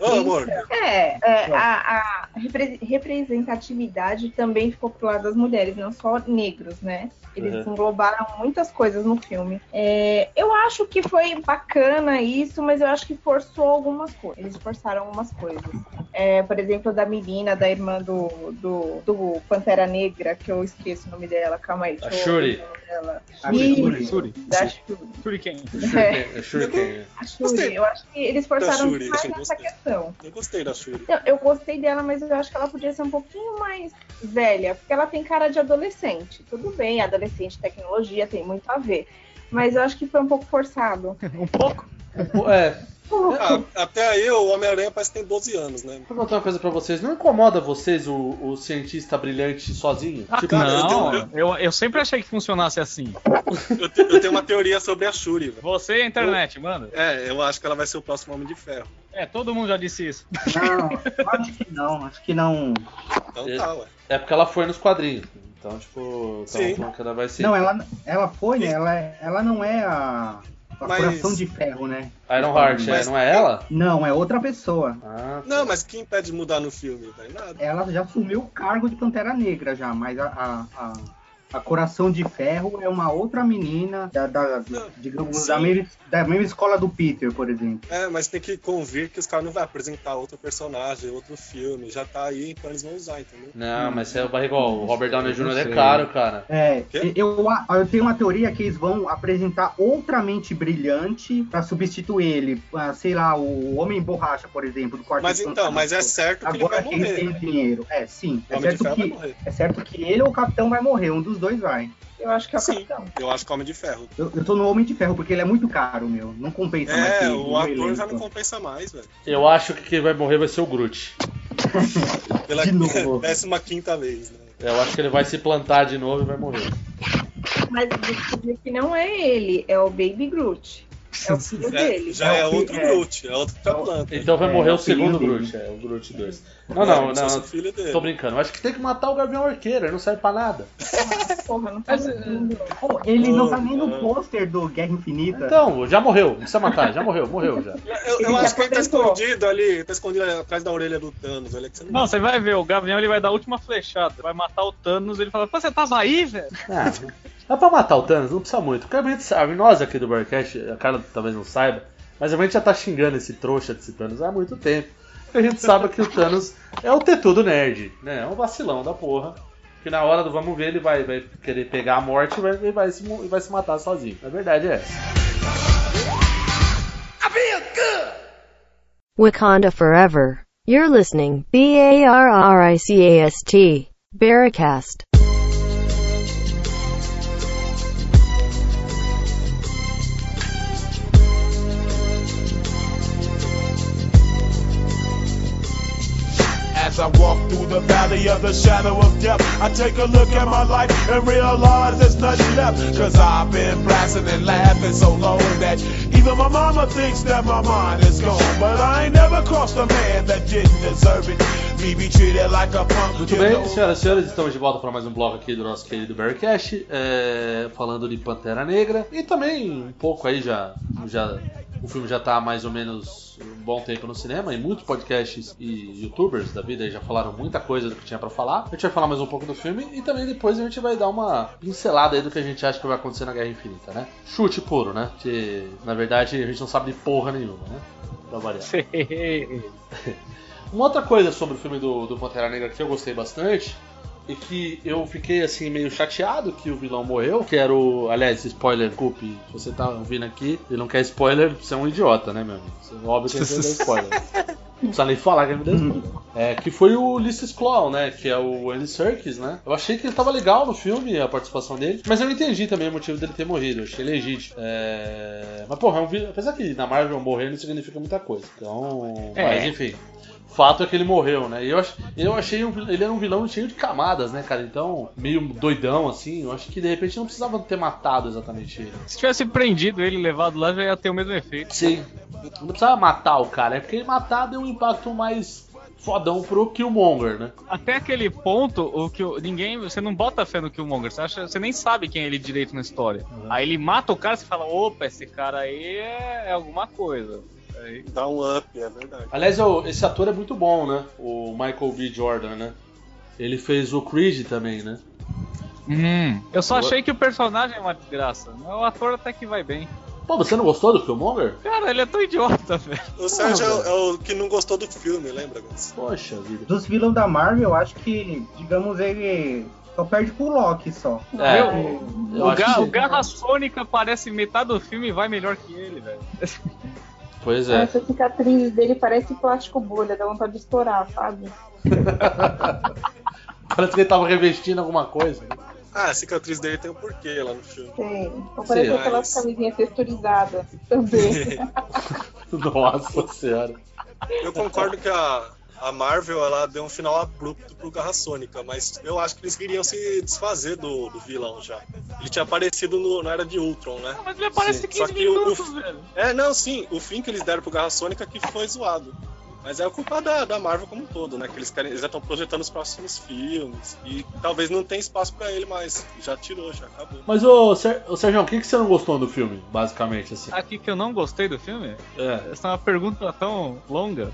Speaker 2: Ô, amor,
Speaker 4: É,
Speaker 9: É, a, a repre- representatividade também ficou pro lado das mulheres, não só negros, né? Eles
Speaker 2: Uhum.
Speaker 9: englobaram muitas coisas no filme. É, eu acho que foi bacana isso, mas eu acho que forçou algumas coisas. Eles forçaram algumas coisas. É, por exemplo, da menina, da irmã do, do, do Pantera Negra, que eu esqueço o nome dela, calma aí.
Speaker 1: A
Speaker 9: deixa eu
Speaker 1: Shuri.
Speaker 9: ver o nome dela.
Speaker 3: Ah,
Speaker 5: Shuri.
Speaker 3: Shuri.
Speaker 5: Shuri.
Speaker 9: Da Shuri.
Speaker 5: Shuri quem?
Speaker 4: É,
Speaker 1: É Shuriken, né?
Speaker 4: a Shuri.
Speaker 2: Gostei.
Speaker 4: Eu acho que eles forçaram
Speaker 2: Shuri,
Speaker 4: mais
Speaker 2: eu
Speaker 4: essa
Speaker 2: gostei.
Speaker 4: questão.
Speaker 2: eu gostei da Shuri.
Speaker 4: Não, eu gostei dela, mas eu acho que ela podia ser um pouquinho mais velha, porque ela tem cara de adolescente. Tudo bem, adolescente, tecnologia, tem muito a ver. Mas eu acho que foi um pouco forçado.
Speaker 5: Um pouco?
Speaker 1: Pô, É,
Speaker 2: Ah, até aí o Homem-Aranha parece que tem 12 anos, né?
Speaker 1: Vou perguntar uma coisa pra vocês. Não incomoda vocês o, o cientista brilhante sozinho? Tipo,
Speaker 5: Não, eu, eu sempre achei que funcionasse assim.
Speaker 2: Eu, te- eu tenho uma teoria sobre a Shuri, velho.
Speaker 5: Você e a internet, mano.
Speaker 2: É, eu acho que ela vai ser o próximo Homem de Ferro.
Speaker 5: É, todo mundo já disse isso.
Speaker 3: Não, acho que não, acho que não.
Speaker 2: Então
Speaker 1: É.
Speaker 2: tá, ué.
Speaker 1: É porque ela foi nos quadrinhos. Então, tipo, tava
Speaker 2: Sim.
Speaker 1: falando que ela vai ser.
Speaker 3: Não, ela, ela foi, né? Ela, ela não é a, a
Speaker 2: Mas-
Speaker 3: coração de ferro, né?
Speaker 1: Iron Heart,
Speaker 2: Mas-
Speaker 1: é, não é ela?
Speaker 3: Não, é outra pessoa.
Speaker 1: Ah, tá.
Speaker 2: Não, mas quem impede de mudar no filme, velho? Nada.
Speaker 3: Ela já assumiu o cargo de Pantera Negra já, mas a, a, a- a Coração de Ferro é uma outra menina da, da-
Speaker 2: Não,
Speaker 3: digamos,
Speaker 2: sim.
Speaker 3: da mesma, da mesma escola do Peter, por exemplo.
Speaker 2: É, mas tem que convir que os caras não vão apresentar outro personagem, outro filme. Já tá aí, então eles vão usar, entendeu?
Speaker 1: Não, mas é o barrigol. O Robert Downey
Speaker 5: Não
Speaker 1: Jr. é
Speaker 5: sei.
Speaker 1: caro, cara.
Speaker 3: É,
Speaker 2: Quê?
Speaker 3: eu, a- eu tenho uma teoria que eles vão apresentar outra mente brilhante pra substituir ele. Ah, sei lá, o Homem Borracha, por exemplo, do Quarteto
Speaker 2: Mas então,
Speaker 3: Fantástico.
Speaker 2: mas é certo que
Speaker 3: Agora
Speaker 2: ele vai
Speaker 3: que eles
Speaker 2: morrer.
Speaker 3: têm
Speaker 2: né?
Speaker 3: dinheiro. É, sim.
Speaker 2: O
Speaker 3: É
Speaker 2: Homem de
Speaker 3: certo,
Speaker 2: Ferro vai
Speaker 3: que,
Speaker 2: morrer.
Speaker 3: é certo que ele ou o Capitão vai morrer. Um dos dois vai.
Speaker 4: Eu acho que é o
Speaker 2: Sim.
Speaker 4: capitão.
Speaker 2: Eu acho que o Homem de Ferro.
Speaker 3: Eu, eu tô no Homem de Ferro, porque ele é muito caro, meu. Não compensa mais.
Speaker 2: É,
Speaker 3: ter um ele
Speaker 2: o
Speaker 3: no
Speaker 2: ator já
Speaker 3: elenco.
Speaker 2: não compensa mais, velho.
Speaker 1: Eu acho que quem vai morrer vai ser o Groot.
Speaker 2: Pela
Speaker 3: De novo.
Speaker 2: décima quinta vez, né?
Speaker 1: Eu acho que ele vai se plantar de novo e vai morrer.
Speaker 4: Mas eu descobri que não é ele, é o Baby Groot. É o filho
Speaker 2: É,
Speaker 4: dele.
Speaker 2: já é
Speaker 3: É o que-
Speaker 2: outro
Speaker 3: é.
Speaker 2: Groot, é outra planta.
Speaker 1: Então vai
Speaker 3: É,
Speaker 1: morrer
Speaker 3: é
Speaker 1: o
Speaker 3: o filho
Speaker 1: segundo
Speaker 3: dele.
Speaker 1: Groot, é, o Groot É, 2. Não, não,
Speaker 2: Como se fosse
Speaker 1: não.
Speaker 2: o filho é dele.
Speaker 1: Tô brincando. Eu acho que tem que matar o Gavião Arqueiro, ele não serve pra nada.
Speaker 4: Porra, não faz sentido.
Speaker 3: Pô, ele não tá nem
Speaker 2: Não,
Speaker 3: no
Speaker 2: não.
Speaker 3: pôster do Guerra Infinita.
Speaker 1: Então, já morreu. Não precisa matar, já morreu, morreu já.
Speaker 2: Eu, eu
Speaker 4: Ele
Speaker 2: acho
Speaker 4: já
Speaker 2: que ele tá
Speaker 4: aposentou.
Speaker 2: escondido ali, tá escondido ali atrás da orelha do Thanos. Olha que você não,
Speaker 5: Não, você vai ver, o Gavião ele vai dar a última flechada, vai matar o Thanos, ele fala, pô, você tava aí, velho?
Speaker 1: Ah, dá pra matar o Thanos, não precisa muito. Porque a gente sabe, nós aqui do Barcast, a Carla talvez não saiba, mas a gente já tá xingando esse trouxa desse Thanos há muito tempo. Porque a gente sabe que o Thanos é o tetudo nerd, né? É um vacilão da porra. Que na hora do vamos ver, ele vai, vai querer pegar a morte e vai, e vai, se, mu- e vai se matar sozinho. Na verdade é essa.
Speaker 7: Wakanda Forever. You're listening B-A-R-R-I-C-A-S-T. Barracast.
Speaker 6: As I walk through the valley of the shadow of death, I take a look at my life and realize there's nothing left. Cause I've been blasting and laughing so long that even my mama thinks that my mind is gone. But I ain't never crossed a man that didn't deserve it. Me be treated like a punk.
Speaker 1: Muito
Speaker 6: you
Speaker 2: Então,
Speaker 1: bem,
Speaker 6: know.
Speaker 1: senhoras e senhores, estamos de volta para mais um bloco aqui do nosso querido Barcast, é, falando de Pantera Negra. E também um pouco aí já, já. O filme já tá há mais ou menos um bom tempo no cinema e muitos podcasts e youtubers da vida aí já falaram muita coisa do que tinha para falar. A gente vai falar mais um pouco do filme e também depois a gente vai dar uma pincelada aí do que a gente acha que vai acontecer na Guerra Infinita, né? Chute puro, né? Que na verdade a gente não sabe de porra nenhuma, né? Pra variar. Uma outra coisa sobre o filme do, do Pantera Negra que eu gostei bastante e que eu fiquei assim meio chateado que o vilão morreu, que era o. Aliás, spoiler, culpe, se você tá ouvindo aqui e não quer spoiler, você é um idiota, né, meu amigo? Você, óbvio que você deu spoiler. Não precisa nem falar que ele me deu spoiler. É, que foi o Ulysses Claw, né? Que é o Andy Serkis, né? Eu achei que ele tava legal no filme, a participação dele. Mas eu entendi também o motivo dele ter morrido. Eu achei legítimo. É... Mas, porra, é um... vi- apesar que na Marvel morrer não significa muita coisa. Então.
Speaker 5: É.
Speaker 1: Mas, enfim. Fato é que ele morreu, né? E eu, ach- eu achei. um vil- Ele era um vilão cheio de camadas, né, cara? Então, meio doidão, assim. Eu acho que de repente não precisava ter matado exatamente ele.
Speaker 5: Se tivesse prendido ele e levado lá, já ia ter o mesmo efeito.
Speaker 1: Sim. Não precisava matar o cara, é porque matar deu um impacto mais fodão pro Killmonger, né?
Speaker 5: Até aquele ponto, o que o- ninguém. Você não bota fé no Killmonger. Você, acha, você nem sabe quem é ele direito na história. Aí ele mata o cara e você fala: opa, esse cara aí é, é alguma coisa. Aí-
Speaker 2: Dá um up, é verdade.
Speaker 1: Aliás, eu- esse ator é muito bom, né? O Michael B. Jordan, né? Ele fez o Creed também, né?
Speaker 5: eu só achei que o personagem é uma desgraça. Mas o ator até que vai bem.
Speaker 1: Pô, você não gostou do Killmonger?
Speaker 5: Cara, ele é tão idiota, velho.
Speaker 2: O Sérgio é o- é o que não gostou do filme, lembra, Gus?
Speaker 1: Poxa vida.
Speaker 3: Dos vilões da Marvel, eu acho que, digamos, ele só perde pro Loki só.
Speaker 1: É,
Speaker 5: Eu-
Speaker 1: eu
Speaker 5: o,
Speaker 1: acho
Speaker 5: Ga-
Speaker 1: que-
Speaker 5: o Garra Sônica aparece metade do filme e vai melhor que ele, velho.
Speaker 1: Pois é.
Speaker 4: Essa cicatriz dele parece plástico bolha, dá vontade de estourar, sabe?
Speaker 1: Parece que ele tava revestindo alguma coisa. né?
Speaker 2: Ah, a cicatriz dele tem um porquê lá no filme.
Speaker 4: Tem. Ou parece
Speaker 1: Sim,
Speaker 4: aquelas
Speaker 2: mas-
Speaker 4: camisinhas texturizadas também.
Speaker 1: Nossa senhora.
Speaker 2: Eu concordo que a, a Marvel ela deu um final abrupto pro Garra Sônica, mas eu acho que eles queriam se desfazer do, do vilão já. Ele tinha aparecido no, na Era de Ultron, né?
Speaker 5: Não, mas ele aparece
Speaker 1: Sim,
Speaker 5: 15
Speaker 2: só que o-
Speaker 5: minutos,
Speaker 2: o-
Speaker 5: velho.
Speaker 2: É, não, sim, o fim que eles deram pro Garra Sônica que foi zoado. Mas é a culpa da, da Marvel como um todo, né? Que eles, querem, eles já estão projetando os próximos filmes e talvez não tenha espaço pra ele mais. Já tirou, já acabou.
Speaker 1: Mas, ô, Ser... ô Sérgio, o que, que você não gostou do filme, basicamente, assim?
Speaker 5: Aqui que eu não gostei do filme?
Speaker 1: É.
Speaker 5: Essa é uma pergunta tão longa.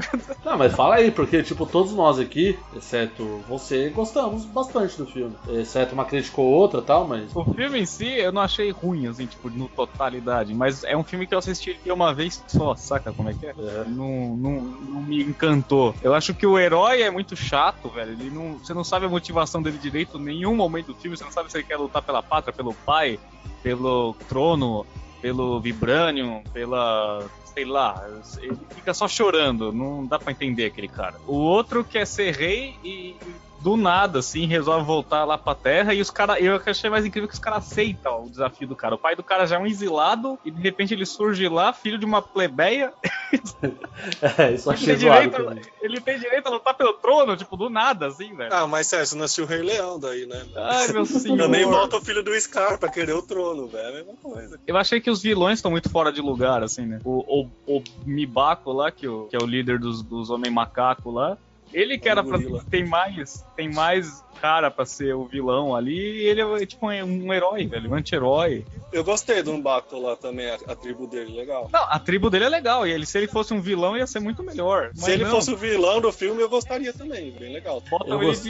Speaker 1: Não, mas fala aí, porque, tipo, todos nós aqui, exceto você, gostamos bastante do filme. Exceto uma crítica ou outra tal, mas.
Speaker 5: O filme em si eu não achei ruim, assim, tipo, no totalidade, mas é um filme que eu assisti uma vez só, saca como é que é?
Speaker 1: É.
Speaker 5: Não, não, não me encantou. Eu acho que o herói é muito chato, velho. Ele não, você não sabe a motivação dele direito em nenhum momento do filme, você não sabe se ele quer lutar pela pátria, pelo pai, pelo trono, pelo Vibranium, pela. sei lá. Ele fica só chorando, não dá pra entender aquele cara. O outro quer ser rei e. e Do nada, assim, resolve voltar lá pra terra e os caras. Eu achei mais incrível que os caras aceitam o desafio do cara. O pai do cara já é um exilado e de repente ele surge lá, filho de uma plebeia,
Speaker 1: É, isso eu
Speaker 2: Tá
Speaker 5: ele
Speaker 1: achei
Speaker 5: tem,
Speaker 1: zoado
Speaker 5: direito,
Speaker 1: também.
Speaker 5: a- ele tem direito a lutar pelo trono, tipo, do nada, assim, velho.
Speaker 2: Ah, mas Sérgio, você não assistiu o Rei Leão daí, né?
Speaker 5: Ai, meu senhor.
Speaker 2: Eu nem volto o filho do Scar pra querer o trono, velho. É a mesma coisa.
Speaker 5: Eu achei que os vilões estão muito fora de lugar, assim, né? O, o, o Mibako lá, que, o- que é o líder dos, dos homens macaco lá. Ele que
Speaker 2: É um
Speaker 5: era pra.
Speaker 2: gorila.
Speaker 5: Tem mais, tem mais cara pra ser o vilão ali. E ele é tipo um herói, velho. Um anti-herói.
Speaker 2: Eu gostei do Umbaco lá também, a, a tribo dele, legal.
Speaker 5: Não, a tribo dele é legal. E ele, se ele fosse um vilão, ia ser muito melhor. Mas
Speaker 2: Se ele
Speaker 5: não,
Speaker 2: fosse um- o vilão do filme, eu gostaria também, bem legal.
Speaker 5: Botam
Speaker 1: Eu
Speaker 5: ele
Speaker 1: gosto.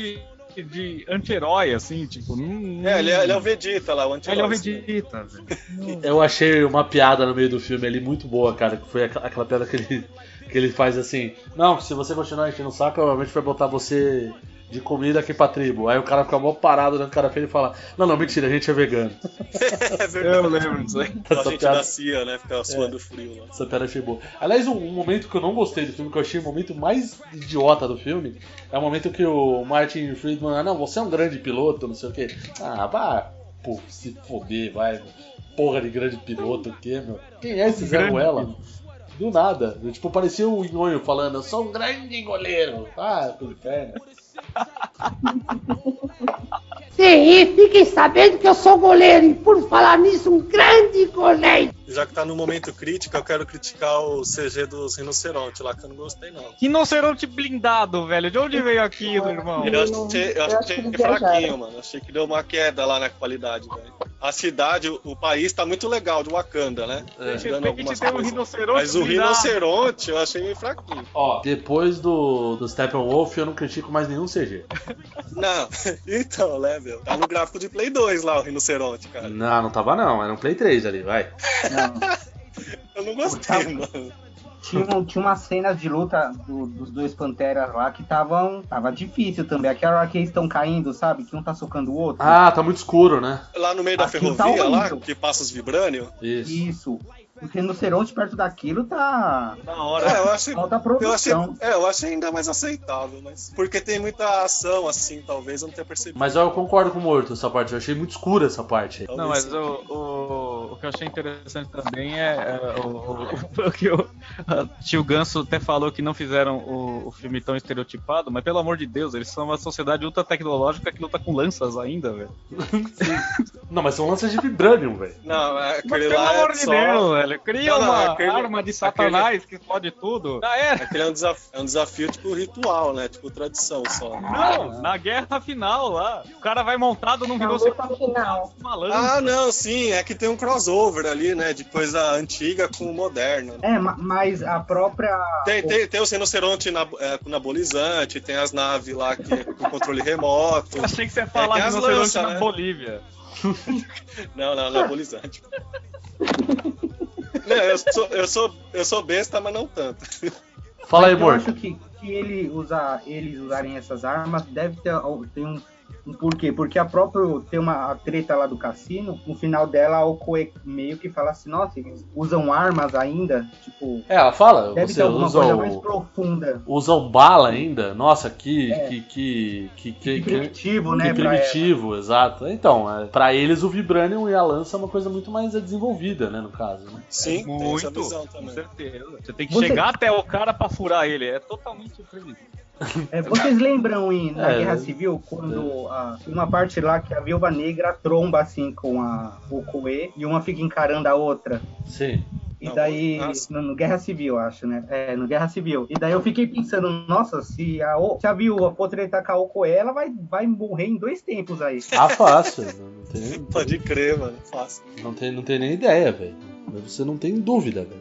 Speaker 5: de, de anti-herói, assim, tipo. não-
Speaker 2: É, ele é, ele é o Vegeta né? lá, o anti
Speaker 5: Ele é o Vegeta, velho.
Speaker 1: Eu achei uma piada no meio do filme ali muito boa, cara. Que foi aqua- aquela piada que ele, que ele faz assim: Não, se você continuar enchendo o saco, provavelmente vai botar você de comida aqui pra tribo. Aí o cara fica mó parado olhando o cara pra ele e fala: Não, não, mentira, a gente é vegano.
Speaker 2: É
Speaker 5: Eu
Speaker 2: verdade.
Speaker 5: lembro disso aí.
Speaker 2: A
Speaker 1: Essa
Speaker 2: gente
Speaker 1: piada-
Speaker 2: da CIA, né? Ficava
Speaker 5: É.
Speaker 2: suando frio lá.
Speaker 1: Essa piada achei boa. Aliás, um momento que eu não gostei do filme, que eu achei o momento mais idiota do filme, é o momento que o Martin Friedman, ah, não, você é um grande piloto, não sei o quê. Ah, vá, pô, se foder, vai. Porra de grande piloto, o quê, meu? Quem é esse Zé
Speaker 5: Grande
Speaker 1: Ruela? Do nada. Tipo, parecia o Nhonho falando, eu sou um grande goleiro. Ah, pelo inferno.
Speaker 9: Sim, fiquem sabendo que eu sou goleiro e por falar nisso, um grande goleiro.
Speaker 2: Já que tá no momento crítico, eu quero criticar o CG dos rinocerontes lá, que eu não gostei, não.
Speaker 5: Rinoceronte blindado, velho. De onde veio aquilo, irmão?
Speaker 2: Eu
Speaker 4: não-
Speaker 2: achei, eu
Speaker 4: eu acho
Speaker 2: achei
Speaker 4: que eles
Speaker 2: fraquinho,
Speaker 4: viajaram.
Speaker 2: mano. Eu Achei que deu uma queda lá na qualidade, velho. A cidade, o- o país tá muito legal, de Wakanda, né?
Speaker 1: É.
Speaker 5: De repente
Speaker 2: algumas
Speaker 5: tem um
Speaker 2: coisas.
Speaker 5: rinoceronte
Speaker 2: Mas o rinoceronte eu achei meio fraquinho.
Speaker 1: Ó, depois do, do Steppenwolf, eu não critico mais nenhum CG.
Speaker 2: Não, então, level. Tá no gráfico de Play 2 lá o rinoceronte, cara.
Speaker 1: Não, não tava não, era um Play 3 ali, vai.
Speaker 3: Não,
Speaker 5: Tá-
Speaker 2: Eu não gostei, mano.
Speaker 3: tinha, um, tinha umas cenas de luta do- dos dois panteras lá que estavam. Tava difícil também. Aquela hora que eles estão caindo, sabe? Que um tá socando o outro.
Speaker 1: Ah, tá muito escuro, né?
Speaker 2: Lá no meio da
Speaker 3: Aqui
Speaker 2: ferrovia,
Speaker 3: tá horrível.
Speaker 2: lá, que passa os vibrânio.
Speaker 1: Isso.
Speaker 3: Isso. O rinoceronte perto daquilo tá.
Speaker 5: Da hora.
Speaker 2: É, eu achei.
Speaker 5: Tá
Speaker 3: Falta
Speaker 2: Eu achei,
Speaker 3: produção.
Speaker 2: é, eu achei ainda mais aceitável, mas. Porque tem muita ação, assim, talvez eu não tenha percebido.
Speaker 1: Mas eu concordo com o Morto essa parte. Eu achei muito escura essa parte.
Speaker 5: Não, mas o, o, o que eu achei interessante também é, é, o, o- o que o a tio Ganso até falou que não fizeram o, o filme tão estereotipado, mas pelo amor de Deus, eles são uma sociedade ultra tecnológica que luta com lanças ainda, velho.
Speaker 1: Não, mas são lanças de vibranium, velho.
Speaker 2: Não, é,
Speaker 5: Mas
Speaker 2: aquele
Speaker 5: pelo
Speaker 2: lá
Speaker 5: amor
Speaker 2: é
Speaker 5: de
Speaker 2: só...
Speaker 5: Deus, velho. Cria
Speaker 2: Não, não,
Speaker 5: uma
Speaker 2: aquele-
Speaker 5: arma de satanás que explode tudo. Na era.
Speaker 2: Aquele é um, desaf- é um desafio, tipo, ritual, né? Tipo, tradição só. né?
Speaker 5: Não, na guerra final lá. O cara vai montado num
Speaker 4: Na luta
Speaker 5: rinoceronte
Speaker 4: final.
Speaker 5: com uma lança.
Speaker 2: Ah, não, sim, é que tem um crossover ali, né? De coisa antiga com o moderno. né?
Speaker 3: É, ma- mas a própria.
Speaker 2: Tem, tem, tem o rinoceronte na, é, com anabolizante, tem as naves lá que é com controle remoto.
Speaker 5: Eu Achei que você ia
Speaker 2: É,
Speaker 5: falar
Speaker 2: tem
Speaker 5: de
Speaker 2: as
Speaker 5: rinoceronte
Speaker 2: lanças,
Speaker 5: na
Speaker 2: né?
Speaker 5: Bolívia.
Speaker 2: Não, não, anabolizante. Não, eu sou, eu, sou, eu sou besta, mas não tanto.
Speaker 1: Fala aí,
Speaker 3: Eu
Speaker 1: Morto.
Speaker 3: acho que, que ele usar, eles usarem essas armas deve ter al- tem um, um porquê. Porque a própria tem uma a treta lá do cassino, no final dela o Coe meio que fala assim, nossa, eles usam armas ainda, tipo,
Speaker 1: É, ela fala.
Speaker 3: deve
Speaker 1: Você
Speaker 3: ter alguma
Speaker 1: usa
Speaker 3: coisa mais
Speaker 1: o...
Speaker 3: profunda.
Speaker 1: Usam bala ainda? Nossa, que.
Speaker 3: É.
Speaker 1: Que, que, que, que,
Speaker 3: Que
Speaker 1: que,
Speaker 3: primitivo,
Speaker 1: que
Speaker 3: né? pra ela.
Speaker 1: primitivo, exato. Então, é, pra eles o Vibranium e a lança é uma coisa muito mais desenvolvida, né, no caso. né?
Speaker 2: Sim, tem essa
Speaker 5: Muito,
Speaker 2: visão
Speaker 5: com
Speaker 2: também.
Speaker 5: certeza. Você tem que
Speaker 3: Você-
Speaker 5: chegar até o cara pra furar ele. É totalmente previsível.
Speaker 3: É, vocês lembram em, na
Speaker 1: É.
Speaker 3: Guerra Civil quando a- tem uma parte lá que a Viúva Negra tromba assim com a o Coe e uma fica encarando a outra?
Speaker 1: Sim.
Speaker 3: E
Speaker 2: Não, ah,
Speaker 3: daí,
Speaker 2: nossa.
Speaker 3: no, no Guerra Civil, acho, né? É, no Guerra Civil. E daí eu fiquei pensando, nossa, se a, o- se a viúva for tretar com a Okoe, ela vai, vai morrer em dois tempos aí.
Speaker 1: Ah, fácil. não- Não tem,
Speaker 2: Pode crer, mano. Fácil.
Speaker 1: não tem, não tem nem ideia, velho. Mas Você não tem dúvida, velho.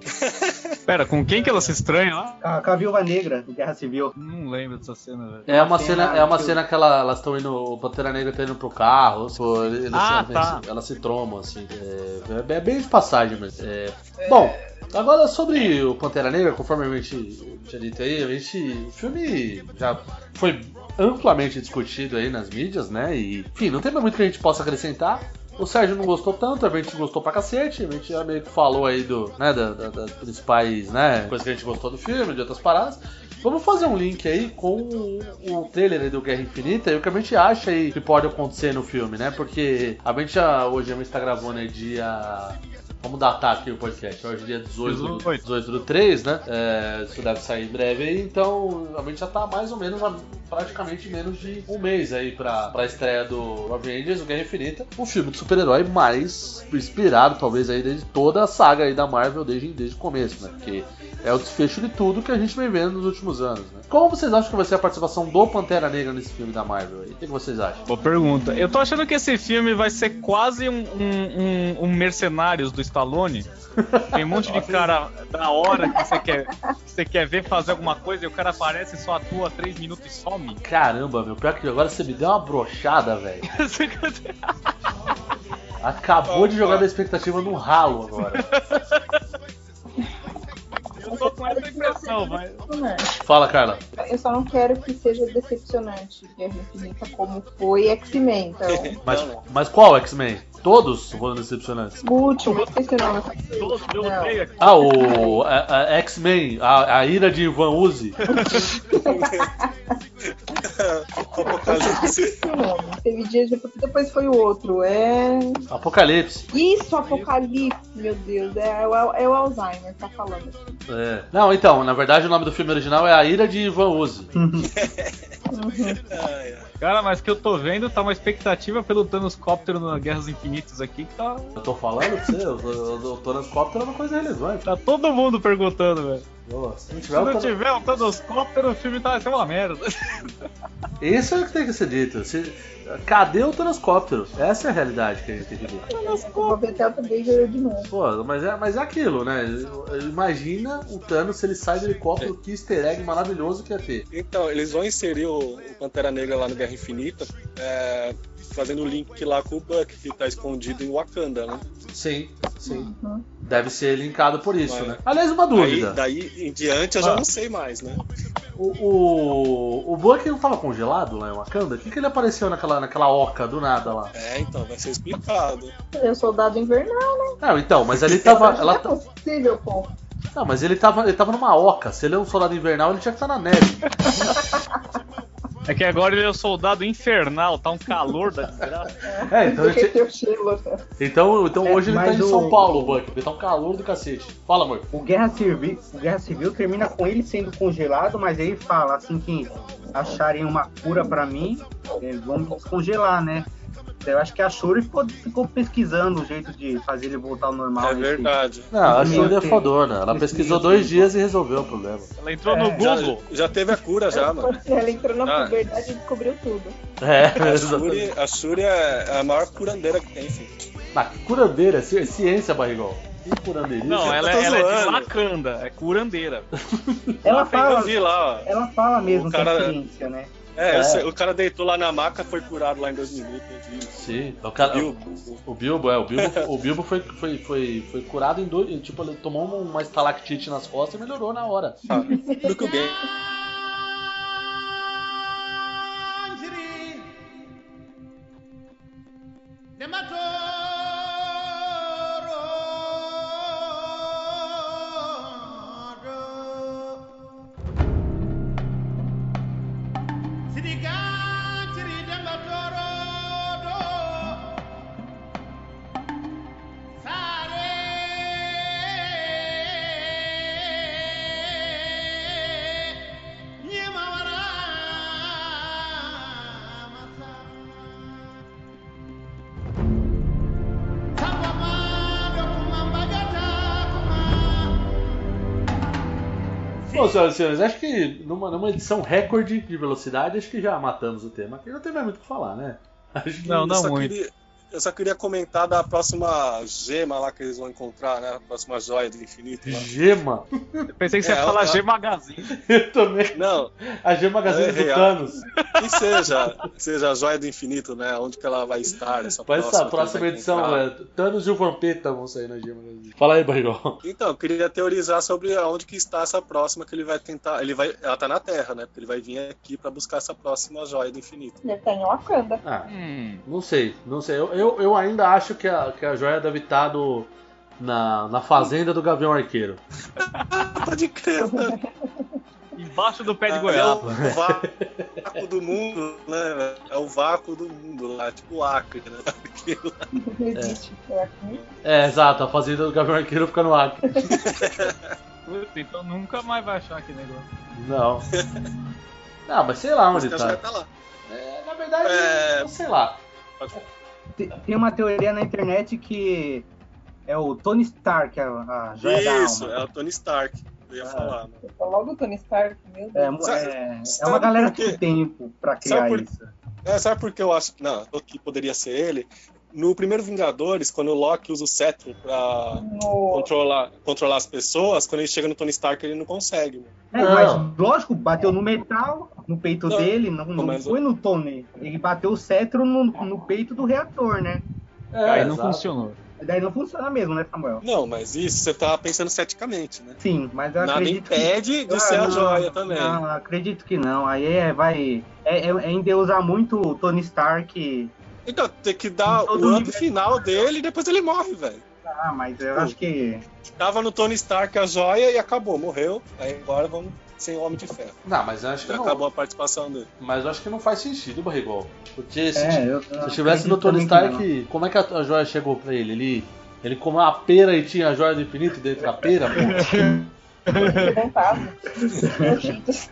Speaker 5: Pera, com quem que ela se estranha lá?
Speaker 3: Com a, com a viúva negra, no Guerra Civil.
Speaker 5: Não lembro dessa cena, velho.
Speaker 1: É uma
Speaker 3: cena
Speaker 1: cena, é uma
Speaker 3: que-
Speaker 1: cena que ela- elas estão indo, o Pantera Negra tá indo pro carro, tipo, eles-
Speaker 5: Ah,
Speaker 1: elas,
Speaker 5: tá.
Speaker 1: elas se tromam, assim. É, é- é bem de passagem, mas. é. Bom, agora sobre o Pantera Negra, conforme a gente tinha dito aí, a gente. O filme já foi amplamente discutido aí nas mídias, né? E, enfim, não tem mais muito que a gente possa acrescentar. O Sérgio não gostou tanto, a gente gostou pra cacete, a gente já meio que falou aí do, né, da- da- das principais, né, coisas que a gente gostou do filme, de outras paradas. Vamos fazer um link aí com o o trailer aí do Guerra Infinita e o que a gente acha aí que pode acontecer no filme, né? Porque a gente já, hoje a gente tá gravando aí dia. Vamos datar aqui o podcast. Hoje é dia 18, do-
Speaker 5: 18.
Speaker 1: 18 do 3, né? É, isso deve sair em breve aí. Então a gente já tá mais ou menos, a- praticamente menos de um mês aí pra, pra estreia do Avengers, o Guerra Infinita. O filme de super-herói mais inspirado, talvez, aí desde toda a saga aí da Marvel desde, desde o começo, né? Porque é o desfecho de tudo que a gente vem vendo nos últimos anos, né? Como vocês acham que vai ser a participação do Pantera Negra nesse filme da Marvel aí? O que que vocês acham?
Speaker 5: Boa pergunta. Eu tô achando que esse filme vai ser quase um, um, um- um Mercenários do Stallone. Tem um monte de cara da hora que você, quer, que você quer ver fazer alguma coisa e o cara aparece e só atua três minutos e some.
Speaker 1: Caramba, meu, pior que agora você me deu uma brochada, velho. Acabou de jogar da expectativa no ralo agora.
Speaker 5: Eu tô com essa impressão, mas.
Speaker 1: Fala, Carla.
Speaker 4: Eu só não quero que seja decepcionante Guerra Infinita como foi X-Men, então.
Speaker 1: Mas,
Speaker 2: Não, não.
Speaker 1: mas qual X-Men? Todos foram decepcionantes.
Speaker 4: O último, esqueci o nome. é
Speaker 5: Todos eu
Speaker 4: Não.
Speaker 5: odeio aqui.
Speaker 1: Ah, o a- a X-Men, a, a ira de Ivan Uzi.
Speaker 2: Apocalipse.
Speaker 4: Esqueci o nome. Teve dias depois, depois foi o outro. É.
Speaker 1: Apocalipse.
Speaker 4: Isso, Apocalipse, meu Deus. É, o- é o Alzheimer que tá falando aqui.
Speaker 1: É. Não, então, na verdade o nome do filme original é A Ira de Ivan Uzi.
Speaker 5: Uhum.
Speaker 2: Ai, ai.
Speaker 5: Cara, mas que eu tô vendo, tá uma expectativa pelo Thanos Cóptero na Guerras Infinitas aqui que tá.
Speaker 1: Eu tô falando pra você, eu, eu, eu tô nas copas, é uma coisa relevante.
Speaker 5: Tá todo mundo perguntando, velho.
Speaker 1: Eu- Se não
Speaker 5: Se
Speaker 1: tiver, eu
Speaker 5: não
Speaker 1: tô-
Speaker 5: tiver um Thanoscóptero, o filme tá vai ser uma merda.
Speaker 1: Isso é o que tem que ser dito. Se- Cadê o transcóptero? Essa é a realidade que a gente tem que ver.
Speaker 4: Vou ver até o Twitter de novo.
Speaker 1: Pô, mas é, mas é aquilo, né? Imagina o Thanos se ele sai do helicóptero, que easter egg maravilhoso que é ia ter.
Speaker 2: Então, eles vão inserir o, o Pantera Negra lá no Guerra Infinita, é, fazendo o link lá com o Buck, que tá escondido em Wakanda, né?
Speaker 1: Sim, sim. Deve ser linkado por isso, né? Aliás, uma dúvida.
Speaker 2: Aí, daí em diante eu já
Speaker 1: Ah.
Speaker 2: não sei mais, né?
Speaker 1: O, o, o Buck não tava congelado lá em Wakanda? Por que, que ele apareceu naquela, naquela oca do nada lá?
Speaker 2: É, então, vai ser explicado.
Speaker 9: Ele é o soldado invernal, né?
Speaker 1: Não, então, mas ele tava. Ela,
Speaker 9: Não é
Speaker 1: ta-
Speaker 9: possível, pô.
Speaker 1: não, mas ele tava, ele tava numa oca. Se ele é um soldado invernal, ele tinha que estar na neve.
Speaker 5: É que agora ele é o soldado infernal, tá um calor da desgraça.
Speaker 1: É, então, ele
Speaker 9: Porque
Speaker 1: tinha-
Speaker 9: tem o Sheila, né?
Speaker 1: então, então hoje ele tá
Speaker 3: É, mas
Speaker 1: em
Speaker 3: o-
Speaker 1: São Paulo, o Buck, porque tá um calor do cacete. Fala, amor.
Speaker 3: O Guerra Civil, o Guerra Civil termina com ele sendo congelado, mas ele fala assim que acharem uma cura pra mim, eh, vão me descongelar, né? Eu acho que a Shuri ficou, ficou pesquisando o jeito de fazer ele voltar ao
Speaker 1: Ah,
Speaker 3: normal. né?
Speaker 2: É
Speaker 3: nesse-
Speaker 2: verdade.
Speaker 1: Não, a
Speaker 3: Sim,
Speaker 1: Shuri é
Speaker 3: sim.
Speaker 1: fodona. Ela
Speaker 3: Sim,
Speaker 1: pesquisou
Speaker 3: sim.
Speaker 1: dois dias e resolveu o problema.
Speaker 5: Ela entrou
Speaker 3: É,
Speaker 5: no
Speaker 3: já-
Speaker 2: Já,
Speaker 5: Google.
Speaker 2: já teve a cura já, mano.
Speaker 9: Ela entrou na
Speaker 2: Ah.
Speaker 9: puberdade e descobriu tudo.
Speaker 1: É,
Speaker 2: A
Speaker 1: exatamente.
Speaker 2: Shuri, a Shuri é a maior curandeira que tem, filho.
Speaker 1: Na curandeira, ci- ciência, barrigol. Que curandeirista.
Speaker 5: Não, ela,
Speaker 2: tô
Speaker 5: ela é de
Speaker 2: zoando.
Speaker 5: Lacanda, é curandeira.
Speaker 3: Ela
Speaker 5: Ah,
Speaker 2: Eu
Speaker 3: fala,
Speaker 2: vi lá, ó.
Speaker 3: ela fala
Speaker 2: assim,
Speaker 3: mesmo
Speaker 2: O
Speaker 3: que é
Speaker 2: cara-
Speaker 3: ciência, né?
Speaker 2: É,
Speaker 1: É.
Speaker 2: eu sei, o cara deitou lá na maca, foi curado lá em 2008. eu vi.
Speaker 1: Sim, é o cara.
Speaker 2: Viu?
Speaker 1: O Bilbo, é, o Bilbo, o Bilbo foi, foi, foi, foi curado em dois. Tipo, ele tomou uma estalactite nas costas e melhorou na hora.
Speaker 2: Tudo bem.
Speaker 1: Bom, senhoras e senhores, acho que numa, numa edição recorde de velocidade, acho que já matamos o tema. Aqui não tem mais muito o que falar, né? Acho que
Speaker 5: Não,
Speaker 2: Eu
Speaker 5: não
Speaker 2: só
Speaker 5: muito.
Speaker 2: queria- eu só queria comentar da próxima gema lá que eles vão encontrar, né? A próxima joia do infinito. lá.
Speaker 1: Gema.
Speaker 5: Eu pensei que você
Speaker 2: É,
Speaker 5: ia falar
Speaker 2: ela-
Speaker 5: G Magazine.
Speaker 1: Eu também.
Speaker 2: Não,
Speaker 1: A Gema Magazine
Speaker 2: É
Speaker 1: do
Speaker 2: real.
Speaker 1: Thanos.
Speaker 2: que seja, seja a joia do infinito, né? Onde que ela vai estar? Essa
Speaker 1: Faz
Speaker 2: próxima,
Speaker 1: essa próxima
Speaker 2: que eles vão
Speaker 1: edição,
Speaker 2: encontrar.
Speaker 1: velho. Thanos e o Vampeta vão sair na Gema Magazine. Fala aí, barrigol.
Speaker 2: Então, eu queria teorizar sobre aonde que está essa próxima que ele vai tentar. Ele vai, ela tá na Terra, né? Porque ele vai vir aqui pra buscar essa próxima joia do infinito.
Speaker 9: Deve estar tá em Wakanda.
Speaker 1: Ah,
Speaker 5: Hum,
Speaker 1: Não sei, não sei. Eu, eu, eu ainda acho que a, que a joia deve estar do- na, na fazenda do Gavião Arqueiro.
Speaker 2: Pode crer, mano.
Speaker 5: embaixo do pé de
Speaker 2: É
Speaker 5: goiaba.
Speaker 2: o vácuo do mundo, né? velho? É o vácuo do mundo lá, tipo o Acre, né? Aquilo.
Speaker 3: É.
Speaker 9: Não existe. Será que não
Speaker 1: É, exato, a fazenda do Gavião Arqueiro fica no ar.
Speaker 5: Putz, então nunca mais vai achar que negócio.
Speaker 1: Não. Não, mas sei lá onde
Speaker 2: Mas que a joia
Speaker 1: tá.
Speaker 2: tá lá.
Speaker 1: É, na verdade,
Speaker 2: É.
Speaker 1: eu sei lá.
Speaker 3: Te- Tem uma teoria na internet que é o Tony Stark, a, a joia
Speaker 2: Isso,
Speaker 3: da
Speaker 2: é
Speaker 3: alma.
Speaker 2: o Tony Stark. Eu ia
Speaker 3: Ah.
Speaker 2: falar, né? mano.
Speaker 9: Foi Logo o Tony Stark, meu Deus.
Speaker 3: É, mo-
Speaker 2: Sabe-
Speaker 3: é- é
Speaker 2: sabe
Speaker 3: uma galera
Speaker 2: por quê?
Speaker 3: que tem tempo pra criar
Speaker 2: por-
Speaker 3: isso.
Speaker 2: É, sabe por que eu acho que, não, que poderia ser ele? No primeiro Vingadores, quando o Loki usa o cetro pra
Speaker 9: No...
Speaker 2: controlar, controlar as pessoas, quando ele chega no Tony Stark, ele não consegue. Mano.
Speaker 3: É,
Speaker 1: Não.
Speaker 3: mas lógico, bateu no metal, no peito
Speaker 2: Não,
Speaker 3: dele, não, não
Speaker 2: mas-
Speaker 3: foi no Tony. Ele bateu o cetro no, no peito do reator, né?
Speaker 1: É,
Speaker 5: Aí não
Speaker 1: exato.
Speaker 5: funcionou.
Speaker 3: Daí não funciona mesmo, né, Samuel?
Speaker 2: Não, mas isso você tá pensando ceticamente, né?
Speaker 3: Sim, mas eu
Speaker 2: Nada
Speaker 3: acredito que-
Speaker 2: impede de ser
Speaker 3: Ah,
Speaker 2: a
Speaker 3: não, Ah.
Speaker 2: joia também.
Speaker 3: Não, acredito que não. Aí é, vai. É, é, é endeusar muito o Tony Stark.
Speaker 2: Então, tem que dar
Speaker 3: Todo
Speaker 2: o up
Speaker 3: universo.
Speaker 2: final dele e depois ele morre, velho.
Speaker 3: Ah, mas eu
Speaker 2: Pô.
Speaker 3: acho que.
Speaker 2: Tava no Tony Stark a joia e acabou, morreu. Aí agora vamos sem o Homem de Ferro.
Speaker 1: Não, mas eu acho que
Speaker 2: Já
Speaker 1: não,
Speaker 2: acabou a participação dele.
Speaker 1: mas eu acho que não faz sentido, Barrigol. Porque se,
Speaker 3: é, eu,
Speaker 1: se tivesse no Tony Stark, como é que a, a joia chegou pra ele? Ele, ele comeu a pera e tinha a joia do infinito dentro da pera, pô.
Speaker 9: Fantasma. Meu Cheetos.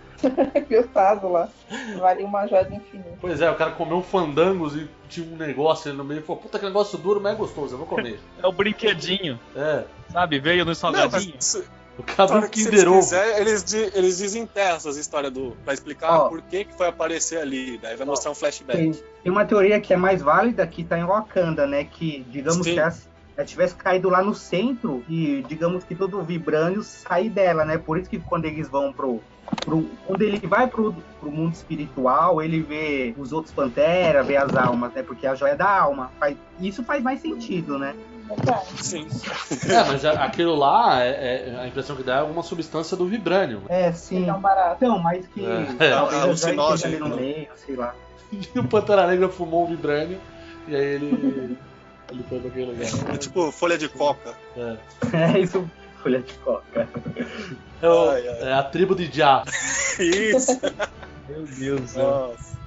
Speaker 9: Meu Tazo lá. Vale uma joia do infinito.
Speaker 1: Pois é, o cara comeu um fandangos e tinha um negócio ali no meio e falou, puta que negócio duro, mas é gostoso, eu vou comer.
Speaker 5: É o brinquedinho,
Speaker 1: É.
Speaker 5: sabe? Veio no
Speaker 2: Não,
Speaker 5: salgadinho.
Speaker 2: mas se-
Speaker 1: O cara
Speaker 2: Claro
Speaker 1: do
Speaker 2: que se eles
Speaker 1: Kinder Ovo.
Speaker 2: quiser, eles, di- eles desenterram essas histórias do. pra explicar
Speaker 3: Ó.
Speaker 2: por que, que foi aparecer ali. Daí vai mostrar um
Speaker 1: É.
Speaker 2: flashback.
Speaker 3: Tem, tem uma teoria que é mais válida que tá em Wakanda, né? Que, digamos
Speaker 2: Sim.
Speaker 3: que ela, ela tivesse caído lá no centro e, digamos que todo o Vibranium sai dela, né? Por isso que quando eles vão pro, Pro, quando ele vai pro, pro mundo espiritual, ele vê os outros Pantera, vê as almas, né? Porque a joia da alma. Faz, isso faz mais sentido, né?
Speaker 2: Sim.
Speaker 1: É, mas a- aquilo lá, é, é- a impressão que dá é alguma substância do vibrânio.
Speaker 3: É, sim.
Speaker 9: Então, barato.
Speaker 3: Então, mas que
Speaker 1: É. então.
Speaker 3: talvez a joia esteja
Speaker 2: Alucinógeno,
Speaker 3: ali no
Speaker 2: né?
Speaker 3: meio, sei lá.
Speaker 1: E o Pantera Negra fumou um vibrânio, e aí ele. ele foi pra aquele lugar.
Speaker 2: É tipo folha de coca.
Speaker 1: É.
Speaker 3: É isso, folha de coca.
Speaker 1: É, o-
Speaker 2: Ai, ai.
Speaker 1: é a tribo de Já.
Speaker 2: Isso.
Speaker 5: Meu Deus do céu.
Speaker 2: Nossa.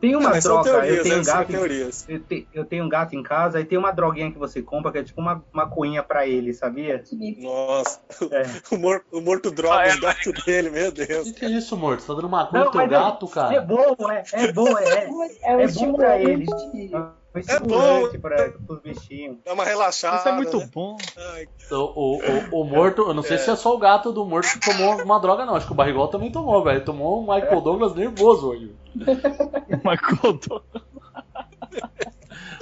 Speaker 3: Tem uma
Speaker 2: Mas são
Speaker 3: troca,
Speaker 2: teorias,
Speaker 3: eu tenho
Speaker 2: né?
Speaker 3: um
Speaker 2: São
Speaker 3: gato. em-
Speaker 2: teorias.
Speaker 3: Eu, te- eu tenho um gato em casa e tem uma droguinha que você compra que é tipo uma maconha pra ele, sabia?
Speaker 2: Nossa.
Speaker 3: É.
Speaker 2: O, mor- o morto droga
Speaker 5: Ah, é,
Speaker 2: o gato dele, meu
Speaker 1: O
Speaker 2: Deus.
Speaker 1: que, que é isso, morto? Você tá dando maconha pro
Speaker 3: Não,
Speaker 1: teu
Speaker 3: mas é-
Speaker 1: gato, cara?
Speaker 3: É bom, é, é bom, é. é.
Speaker 9: É um
Speaker 3: bom pra
Speaker 9: estimulante.
Speaker 3: ele.
Speaker 1: É
Speaker 3: Um estimulante pra os bichinhos.
Speaker 2: Dá uma relaxada.
Speaker 5: Isso é muito
Speaker 2: né?
Speaker 5: bom.
Speaker 2: Ai,
Speaker 1: O, o, o, o morto, eu não sei
Speaker 2: É.
Speaker 1: se é só o gato do morto que tomou uma droga, não. Acho que o Barrigol também tomou, velho. Tomou um Michael Douglas nervoso hoje.
Speaker 5: Michael Douglas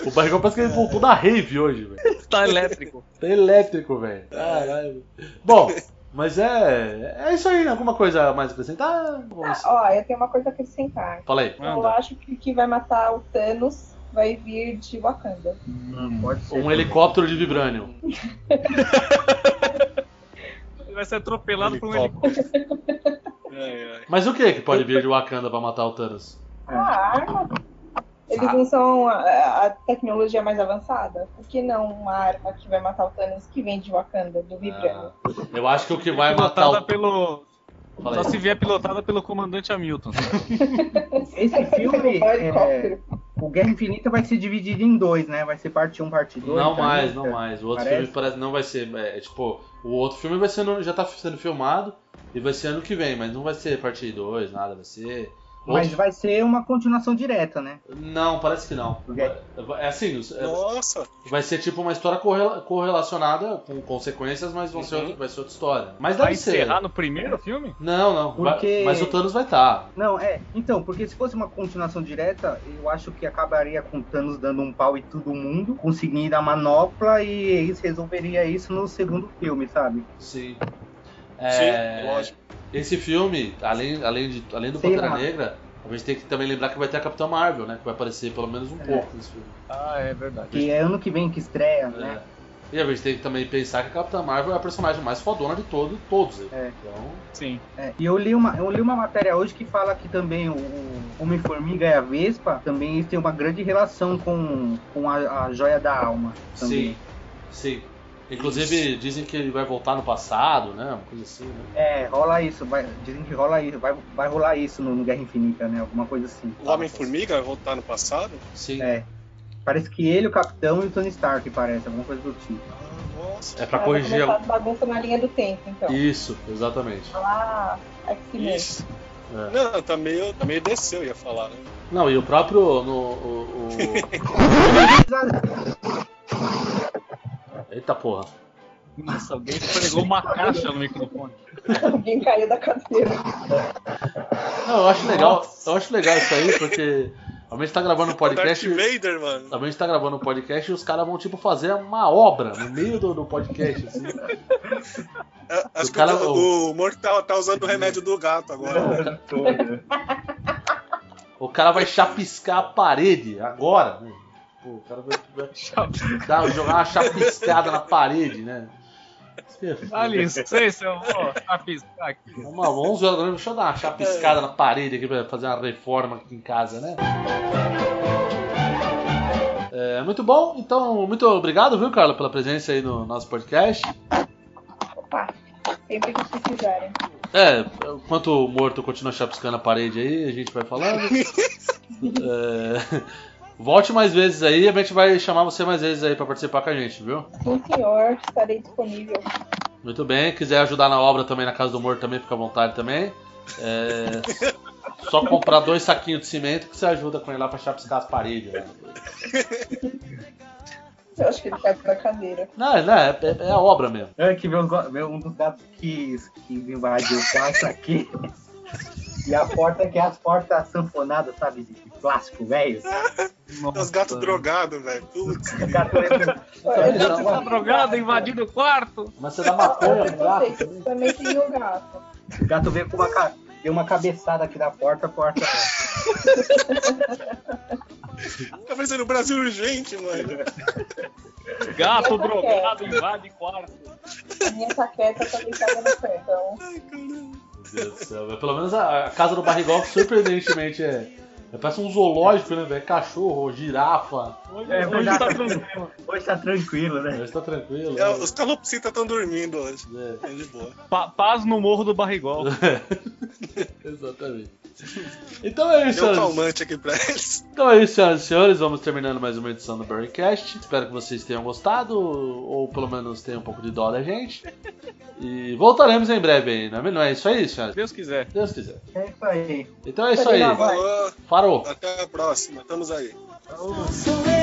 Speaker 1: O Barrigol parece que ele voltou da rave hoje, velho.
Speaker 5: tá elétrico.
Speaker 1: Tá elétrico, velho. Caralho. Bom, mas é. É isso aí, né? alguma coisa a mais a acrescentar? Vamos...
Speaker 9: Ó, eu tenho uma coisa a acrescentar.
Speaker 1: Fala aí.
Speaker 9: Eu acho que o que vai matar o Thanos vai vir de Wakanda.
Speaker 3: Não pode ser.
Speaker 1: Um helicóptero de vibrânio.
Speaker 5: Ele vai ser atropelado por um helicóptero.
Speaker 2: Helicóptero. Ai, ai.
Speaker 1: Mas o que que pode vir de Wakanda pra matar o Thanos?
Speaker 9: A arma. Eles não são a, a tecnologia mais avançada? Por que não uma arma que vai matar o Thanos que vem de Wakanda, do Vibrano?
Speaker 1: Ah, eu acho que o que vai matar
Speaker 5: Pilotada
Speaker 1: o.
Speaker 5: pelo.
Speaker 1: Fala
Speaker 5: Só se
Speaker 1: aí.
Speaker 5: vier pilotada pelo comandante Hamilton.
Speaker 3: Esse filme,
Speaker 9: Um
Speaker 3: é,
Speaker 9: helicóptero.
Speaker 3: o Guerra Infinita vai ser dividido em dois, né? Vai ser parte 1, parte tá 2.
Speaker 1: Não mais, não mais. O outro
Speaker 3: Parece.
Speaker 1: filme parece não vai ser. É, é, tipo, o outro filme vai ser no- já tá sendo filmado e vai ser ano que vem, mas não vai ser parte 2, nada, vai ser.
Speaker 3: Mas
Speaker 1: outro-
Speaker 3: vai ser uma continuação direta, né?
Speaker 1: Não, parece que não.
Speaker 3: O quê?
Speaker 1: É assim, os- é-
Speaker 2: Nossa.
Speaker 1: vai ser tipo uma história correla- correlacionada com consequências, mas vão ser
Speaker 2: Uhum.
Speaker 1: outra- vai ser outra história. Mas deve
Speaker 5: Vai
Speaker 1: ser.
Speaker 5: encerrar no primeiro filme?
Speaker 1: Não, não. vai-
Speaker 3: Porque-
Speaker 1: Mas o Thanos vai tá. estar.
Speaker 3: Não, é. Então, porque se fosse uma continuação direta, eu acho que acabaria com o Thanos dando um pau em todo mundo, conseguindo a manopla e eles resolveria isso no segundo filme, sabe?
Speaker 1: Sim. É,
Speaker 2: É, Sim, lógico.
Speaker 1: Esse filme, além, além, de, além do
Speaker 3: Sei
Speaker 1: Pantera
Speaker 3: lá.
Speaker 1: Negra, a gente tem que também lembrar que vai ter a Capitã Marvel, né? Que vai aparecer pelo menos
Speaker 3: É.
Speaker 1: um pouco nesse filme.
Speaker 5: Ah, é verdade.
Speaker 3: Que é ano que vem que estreia, né?
Speaker 1: É. E a gente tem que também pensar que a Capitã Marvel é a personagem mais fodona de todo, todos. aí.
Speaker 3: É.
Speaker 1: Então,
Speaker 5: Sim.
Speaker 3: É, e eu li, uma, eu li uma matéria hoje que fala que também o o Homem-Formiga e a Vespa também eles têm uma grande relação com, com a, a joia da alma. Também.
Speaker 1: sim. Sim. Inclusive, dizem que ele vai voltar no passado, né? Uma coisa assim, né?
Speaker 3: É, rola isso, vai, dizem que rola isso, vai, vai rolar isso no, no Guerra Infinita, né? Alguma coisa assim.
Speaker 2: O Homem-Formiga vai voltar no passado?
Speaker 1: Sim. É,
Speaker 3: É. Parece que ele, o capitão e o Tony Stark, parece, alguma coisa do tipo.
Speaker 2: Ah, Nossa.
Speaker 1: É pra
Speaker 9: Vai
Speaker 1: corrigir.
Speaker 9: começar
Speaker 1: algum-
Speaker 9: a bagunça na linha do tempo, então.
Speaker 1: Isso, exatamente.
Speaker 9: Lá, X-Men.
Speaker 2: Ixi.
Speaker 1: É.
Speaker 2: Não, tá meio, tá meio desceu, eu ia falar. né?
Speaker 1: Não, e o próprio. No, o, o- Eita porra.
Speaker 5: Nossa, alguém pregou uma caixa no microfone.
Speaker 9: Alguém caiu da cadeira.
Speaker 1: Não, eu acho legal, eu acho legal isso aí, porque a gente tá gravando um
Speaker 2: Darth
Speaker 1: podcast.
Speaker 2: Vader, mano.
Speaker 1: A gente tá gravando um podcast e os caras vão, tipo, fazer uma obra no meio do, do podcast, assim.
Speaker 2: É, Acho
Speaker 1: O
Speaker 2: que
Speaker 1: cara-
Speaker 2: o, o Mortal tá usando o remédio do gato agora. né?
Speaker 1: O cara vai chapiscar a parede agora, né? Pô, o cara vai, vai dar, jogar uma chapiscada na parede, né? É
Speaker 5: Dá licença, eu vou apistar aqui.
Speaker 1: Uma 11 horas da noite, deixa eu dar uma chapiscada na parede aqui pra fazer uma reforma aqui em casa, né? É, muito bom, então, muito obrigado, viu, Carla, pela presença aí no nosso podcast.
Speaker 9: Opa, sempre que precisarem.
Speaker 1: É, enquanto o morto continua chapiscando a parede aí, a gente vai falando. É, Volte mais vezes aí, a gente vai chamar você mais vezes aí pra participar com a gente, viu?
Speaker 9: Sim, senhor, estarei disponível.
Speaker 1: Muito bem, quiser ajudar na obra também, na Casa do Morto também, fica à vontade também. É, Só comprar dois saquinhos de cimento que você ajuda com ele lá pra chapiscar as paredes. Né?
Speaker 9: Eu acho que ele caiu da cadeira.
Speaker 1: Não, não, é, é- é a obra mesmo.
Speaker 3: É que meu, meu, um dos gatos que, que invadiu o quarto aqui. E a porta que é as portas sanfonadas, sabe? De de plástico, velho.
Speaker 2: É Os gatos drogados, velho. Putz,
Speaker 3: O gato é-
Speaker 1: Também dá
Speaker 5: Tá
Speaker 1: uma-
Speaker 5: drogado, invadindo o quarto.
Speaker 1: Mas você dá maconha né?
Speaker 9: Eu
Speaker 1: no É, gato.
Speaker 9: sei que também tem um gato.
Speaker 3: O gato veio com uma, ca- deu uma cabeçada aqui da porta, a porta.
Speaker 2: Tá parecendo o Brasil urgente, mano.
Speaker 5: Gato
Speaker 9: Eu tô
Speaker 5: drogado invade quarto.
Speaker 9: A minha saqueta também tá dando pé, então.
Speaker 1: É Meu Deus do céu. velho. Pelo menos a, a casa do Barrigol, surpreendentemente, é. é Parece um zoológico, né, velho? Cachorro, girafa.
Speaker 5: Hoje,
Speaker 3: É
Speaker 5: hoje
Speaker 3: verdade.
Speaker 5: tá tranquilo.
Speaker 3: Hoje tá tranquilo, né?
Speaker 1: Mas tá tranquilo.
Speaker 2: É,
Speaker 1: né?
Speaker 2: os calopsitas estão dormindo hoje.
Speaker 1: É,
Speaker 2: Tá de boa.
Speaker 5: Pa- paz no morro do barrigol.
Speaker 1: Exatamente. Então é isso,
Speaker 2: Deu um
Speaker 1: senhoras-
Speaker 2: calmante aqui pra eles.
Speaker 1: Então é isso, senhoras e senhores. Vamos terminando mais uma edição do Burncast. Espero que vocês tenham gostado, ou pelo menos tenham um pouco de dó da gente. E voltaremos em breve aí, não é, não é isso aí, senhoras?
Speaker 5: Deus quiser.
Speaker 1: Se Deus quiser.
Speaker 3: É isso aí.
Speaker 1: Então é isso aí.
Speaker 9: Combinado. Vai.
Speaker 2: Falou,
Speaker 1: Parou.
Speaker 2: até a próxima. Estamos aí.
Speaker 8: So